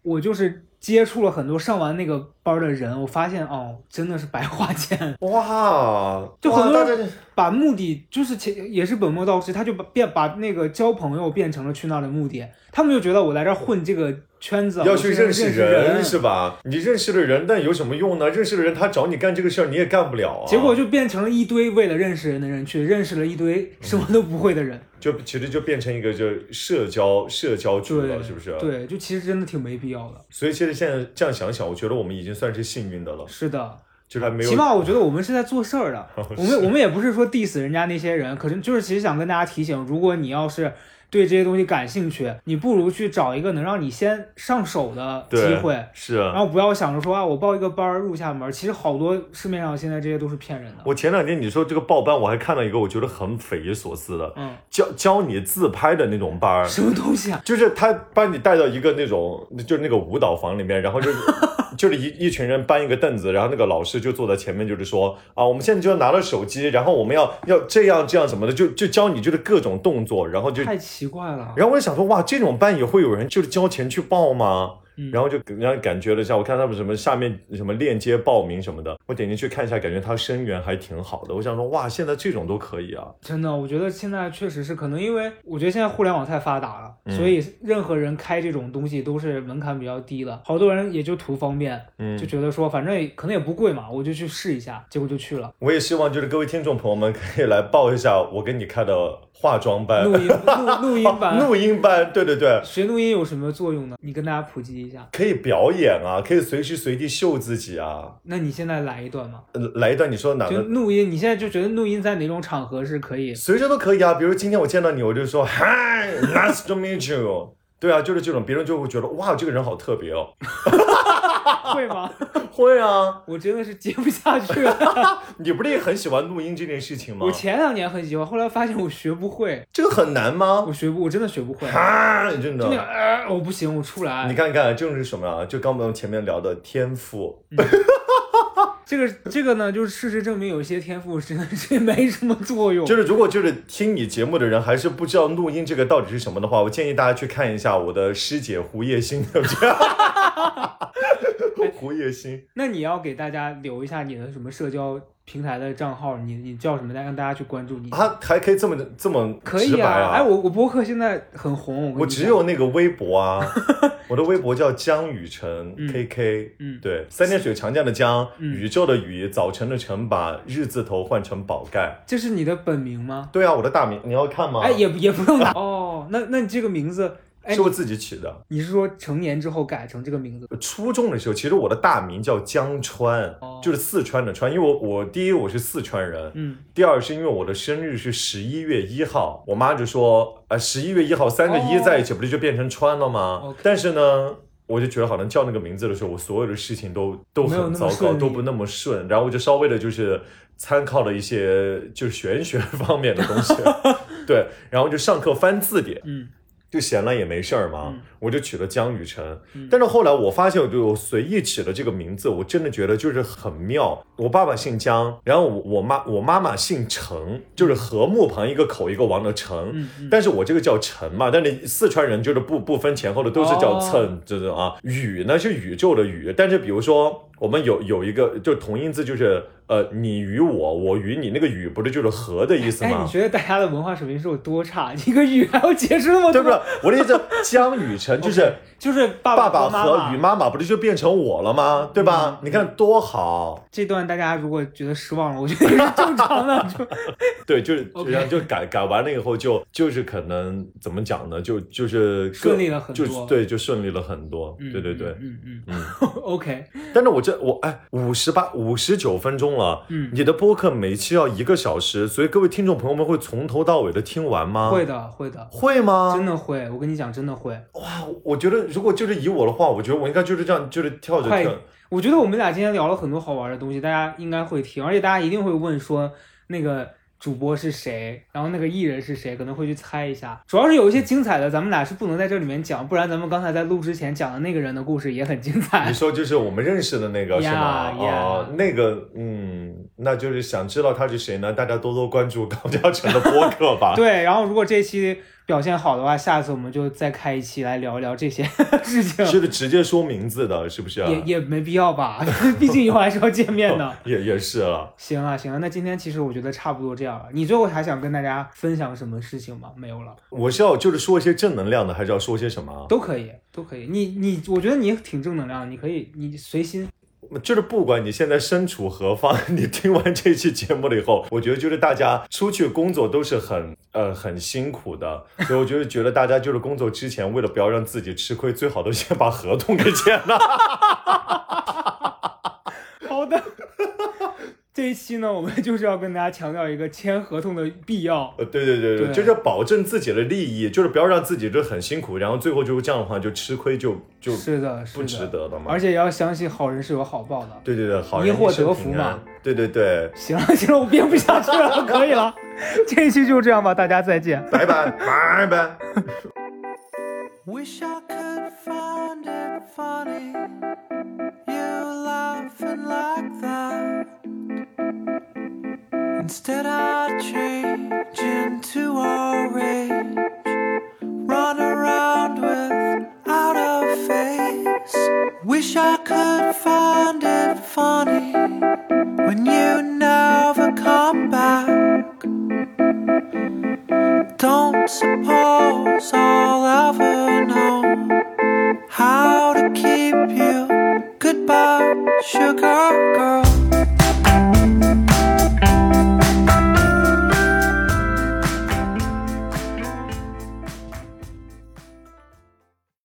S1: 我就是接触了很多上完那个班儿的人，我发现哦，真的是白花钱，
S2: 哇，
S1: 就
S2: 哇
S1: 很多
S2: 大家
S1: 把目的就是前也是本末倒置，他就把变把那个交朋友变成了去那儿的目的，他们就觉得我来这儿混这个圈子， 啊
S2: 要
S1: 我
S2: 去
S1: 是认
S2: 认识
S1: 人
S2: 人是吧？你认识了人，但有什么用呢？认识了人，他找你干这个事儿，你也干不了啊。
S1: 结果就变成了一堆为了认识人的人去认识了一堆什么都不会的人，
S2: 就其实就变成一个就社交社交局了，
S1: 对，
S2: 是不是？。
S1: 对，就其实真的挺没必要的。
S2: 所以其实现在这样想想，我觉得我们已经算是幸运的了，
S1: 是的，
S2: 就是嗯还没有
S1: 起码我觉得我们是在做事儿的， 我们我们也不是说 diss 人家那些人，可是就是其实想跟大家提醒，如果你要是对这些东西感兴趣，你不如去找一个能让你先上手的机
S2: 对嗯
S1: 会。
S2: 是
S1: 然后不要想着说啊，我报一个班儿入下门儿，其实好多市面上现在这些都是骗人的。
S2: 我前两天你说这个报班，我还看到一个我觉得很匪夷所思的，
S1: 嗯，
S2: 教教你自拍的那种班儿，
S1: 什么东西啊？
S2: 就是他把你带到一个那种，就是那个舞蹈房里面，然后 就是就是一一群人搬一个凳子，然后那个老师就坐在前面，就是说啊，我们现在就要拿了手机，然后我们要要这样这样什么的，就就教你就是各种动作，然 后就，
S1: 太奇怪了。
S2: 然后我就想说，哇，这种班也会有人就是交钱去报吗？
S1: 嗯
S2: 然后就让人感觉了一下，我看他们什么下面什么链接报名什么的，我点进去看一下，感觉它生源还挺好的。我想说，哇，现在这种都可以啊，
S1: 真的，我觉得现在确实是可能，因为我觉得现在互联网太发达了，
S2: 嗯
S1: 所以任何人开这种东西都是门槛比较低的。好多人也就图方便，
S2: 嗯
S1: 就，觉得说反正也可能也不贵嘛，我就去试一下，结果就去了。
S2: 我也希望就是各位听众朋友们可以来报一下我给你开的化妆班。
S1: 录音录录音版，
S2: 哦录音班，对对对，
S1: 学录音有什么作用呢？你跟大家普及一下。
S2: 可以表演啊，可以随时随地秀自己啊。
S1: 那你现在来一段嘛？
S2: 呃来一段你说哪
S1: 就
S2: 个？
S1: 录音，你现在就觉得录音在哪种场合是可以？
S2: 随时都可以啊，比如今天我见到你，我就说 Hi，nice to meet you。对啊，就是这种，别人就会觉得哇，这个人好特别哦。
S1: 会吗？
S2: 会啊，
S1: 我真的是接不下去
S2: 哦
S1: 了。
S2: 你不是也很喜欢录音这件事情吗
S1: 我？前两年很喜欢，后来发现我学不会，
S2: 这个很难吗。
S1: 我？学不，我真的学不会
S2: 啊，真
S1: 就那个，
S2: 的。
S1: 呃，我不行，我出不来。
S2: 你看看，这种是什么啊？就刚我们前面聊的天赋，
S1: 这个这个呢，就是事实证明，有一些天赋真的是没什么作用。
S2: 就是如果就是听你节目的人还是不知道录音这个到底是什么的话，我建议大家去看一下我的师姐胡叶欣的 。胡叶欣，
S1: 那你要给大家留一下你的什么社交平台的账号，你你叫什么，来让大家去关注你。
S2: 他还可以这么这么
S1: 可
S2: 直
S1: 以
S2: 白啊！
S1: 哎，我我播客现在很红，我
S2: 我
S1: 跟你讲
S2: 只有那个微 博啊，我的微博叫江雨晨
S1: 嗯
S2: KK，
S1: 嗯
S2: 对，三点水长江的江，
S1: 嗯
S2: 宇宙的宇，早晨的晨，把日字头换成宝盖。
S1: 这是你的本名吗？
S2: 对啊，我的大名你要看吗？
S1: 哎，也也不 用拿哦。那那你这个名字，哎
S2: 是，我自己起的。
S1: 你是说成年之后改成这个名字？
S2: 初中的时候，其实我的大名叫江川，
S1: 哦
S2: 就是四川的川，因为我我第一我是四川人，
S1: 嗯，
S2: 第二是因为我的生日是十一月一号，我妈就说，呃，十一月一号三个一
S1: 哦
S2: 在一起，不是就变成川了吗
S1: OK
S2: 但是呢，我就觉得好像叫那个名字的时候，我所有的事情都都
S1: 没有
S2: 很
S1: 那么
S2: 糟糕，
S1: 顺利
S2: 都不那么顺，然后我就稍微的就是参考了一些就是玄学方面的东 西，对，然后就上课翻字典，
S1: 嗯，
S2: 就闲了也没事儿嘛，
S1: 嗯
S2: 我就取了江雨晨。
S1: 嗯
S2: 但是后来我发现，我就随意起了这个名字，我真的觉得就是很妙。我爸爸姓江，然后我我妈我妈妈姓程，就是禾木旁一个口一个王的程。
S1: 嗯嗯
S2: 但是我这个叫陈嘛，但是四川人就是不不分前后的，都是叫
S1: 哦
S2: 蹭，就是啊。宇呢是宇宙的宇，但是比如说我们有有一个就同音字，就是呃你与我，我与你，那个宇不是就是和的意思吗？
S1: 哎，你觉得大家的文化水平是有多差？一个语还要解释那么多，
S2: 对不对？我的意思，江雨晨 就是
S1: 就是爸
S2: 爸
S1: 爸
S2: 爸
S1: 妈
S2: 和
S1: 妈嗯
S2: 于妈妈不是就变成我了吗？对吧？你看多好，
S1: 这段大家如果觉得失望了，我觉得也是正常的。就
S2: 对，就是就
S1: OK
S2: 然后就改改完了以后就，就是可能怎么讲呢？就就是更
S1: 顺利了很多
S2: 就对，就顺利了很多，
S1: 嗯
S2: 对对对。
S1: 嗯嗯
S2: 嗯
S1: 嗯 ，OK，
S2: 但是我这我哎，五十八五十九分钟了，
S1: 嗯
S2: 你的播客每期要一个小时，所以各位听众朋友们会从头到尾的听完吗？
S1: 会的会的，
S2: 会吗？
S1: 真的会，我跟你讲，真的会。
S2: 哇，我觉得如果就是以我的话，我觉得我应该就是这样，就是跳着
S1: 快
S2: 跳。
S1: 我觉得我们俩今天聊了很多好玩的东西，大家应该会听，而且大家一定会问说那个主播是谁，然后那个艺人是谁，可能会去猜一下。主要是有一些精彩的，咱们俩是不能在这里面讲，不然咱们刚才在录之前讲的那个人的故事也很精彩
S2: 你。说就是我们认识的那个是吗？
S1: 呀
S2: 哦，那个，嗯，那就是想知道他是谁呢？大家多多关注高嘉诚的播客吧。
S1: 对，然后如果这期表现好的话，下次我们就再开一期来聊一聊这些事情，
S2: 是的，直接说名字的，是不是啊？
S1: 啊也也没必要吧， 毕竟以后还是要见面的
S2: 哦。也也是了。
S1: 行啊，行啊，那今天其实我觉得差不多这样了。你最后还想跟大家分享什么事情吗？没有了。
S2: 我是要就是说一些正能量的，还是要说些什么啊？
S1: 都可以，都可以。你你，我觉得你挺正能量的，你可以，你随心。
S2: 就是不管你现在身处何方，你听完这期节目了以后， 我觉得就是大家出去工作都是很呃很辛苦的，所以我就是觉得大家就是工作之前，为了不要让自己吃亏，最好都先把合同给签了。
S1: 好的。 这一期呢，我们就是要跟大家强调一个签合同的必要。
S2: 呃，对对对对，
S1: 对
S2: 就是保证自己的利益，就是不要让自己就很辛苦，然后最后就这样的话就吃亏就就是
S1: 的，是
S2: 不
S1: 的，
S2: 值得了嘛
S1: 而。且也要相信好人是有好报的。
S2: 对对对，好
S1: 因
S2: 人
S1: 祸
S2: 一生
S1: 得
S2: 平
S1: 福
S2: 安
S1: 嘛。
S2: 对对对，
S1: 行了行了，我编不下去了，可以了。 这一期就这样吧，大家再见。
S2: 拜拜拜拜。
S3: Wish I could find it funny. You laughing like that. Instead, I change into orange. Run around without a face. Wish I could find it funny when you never come back. Don't suppose I'll ever know how to keep you goodbye, sugar girl.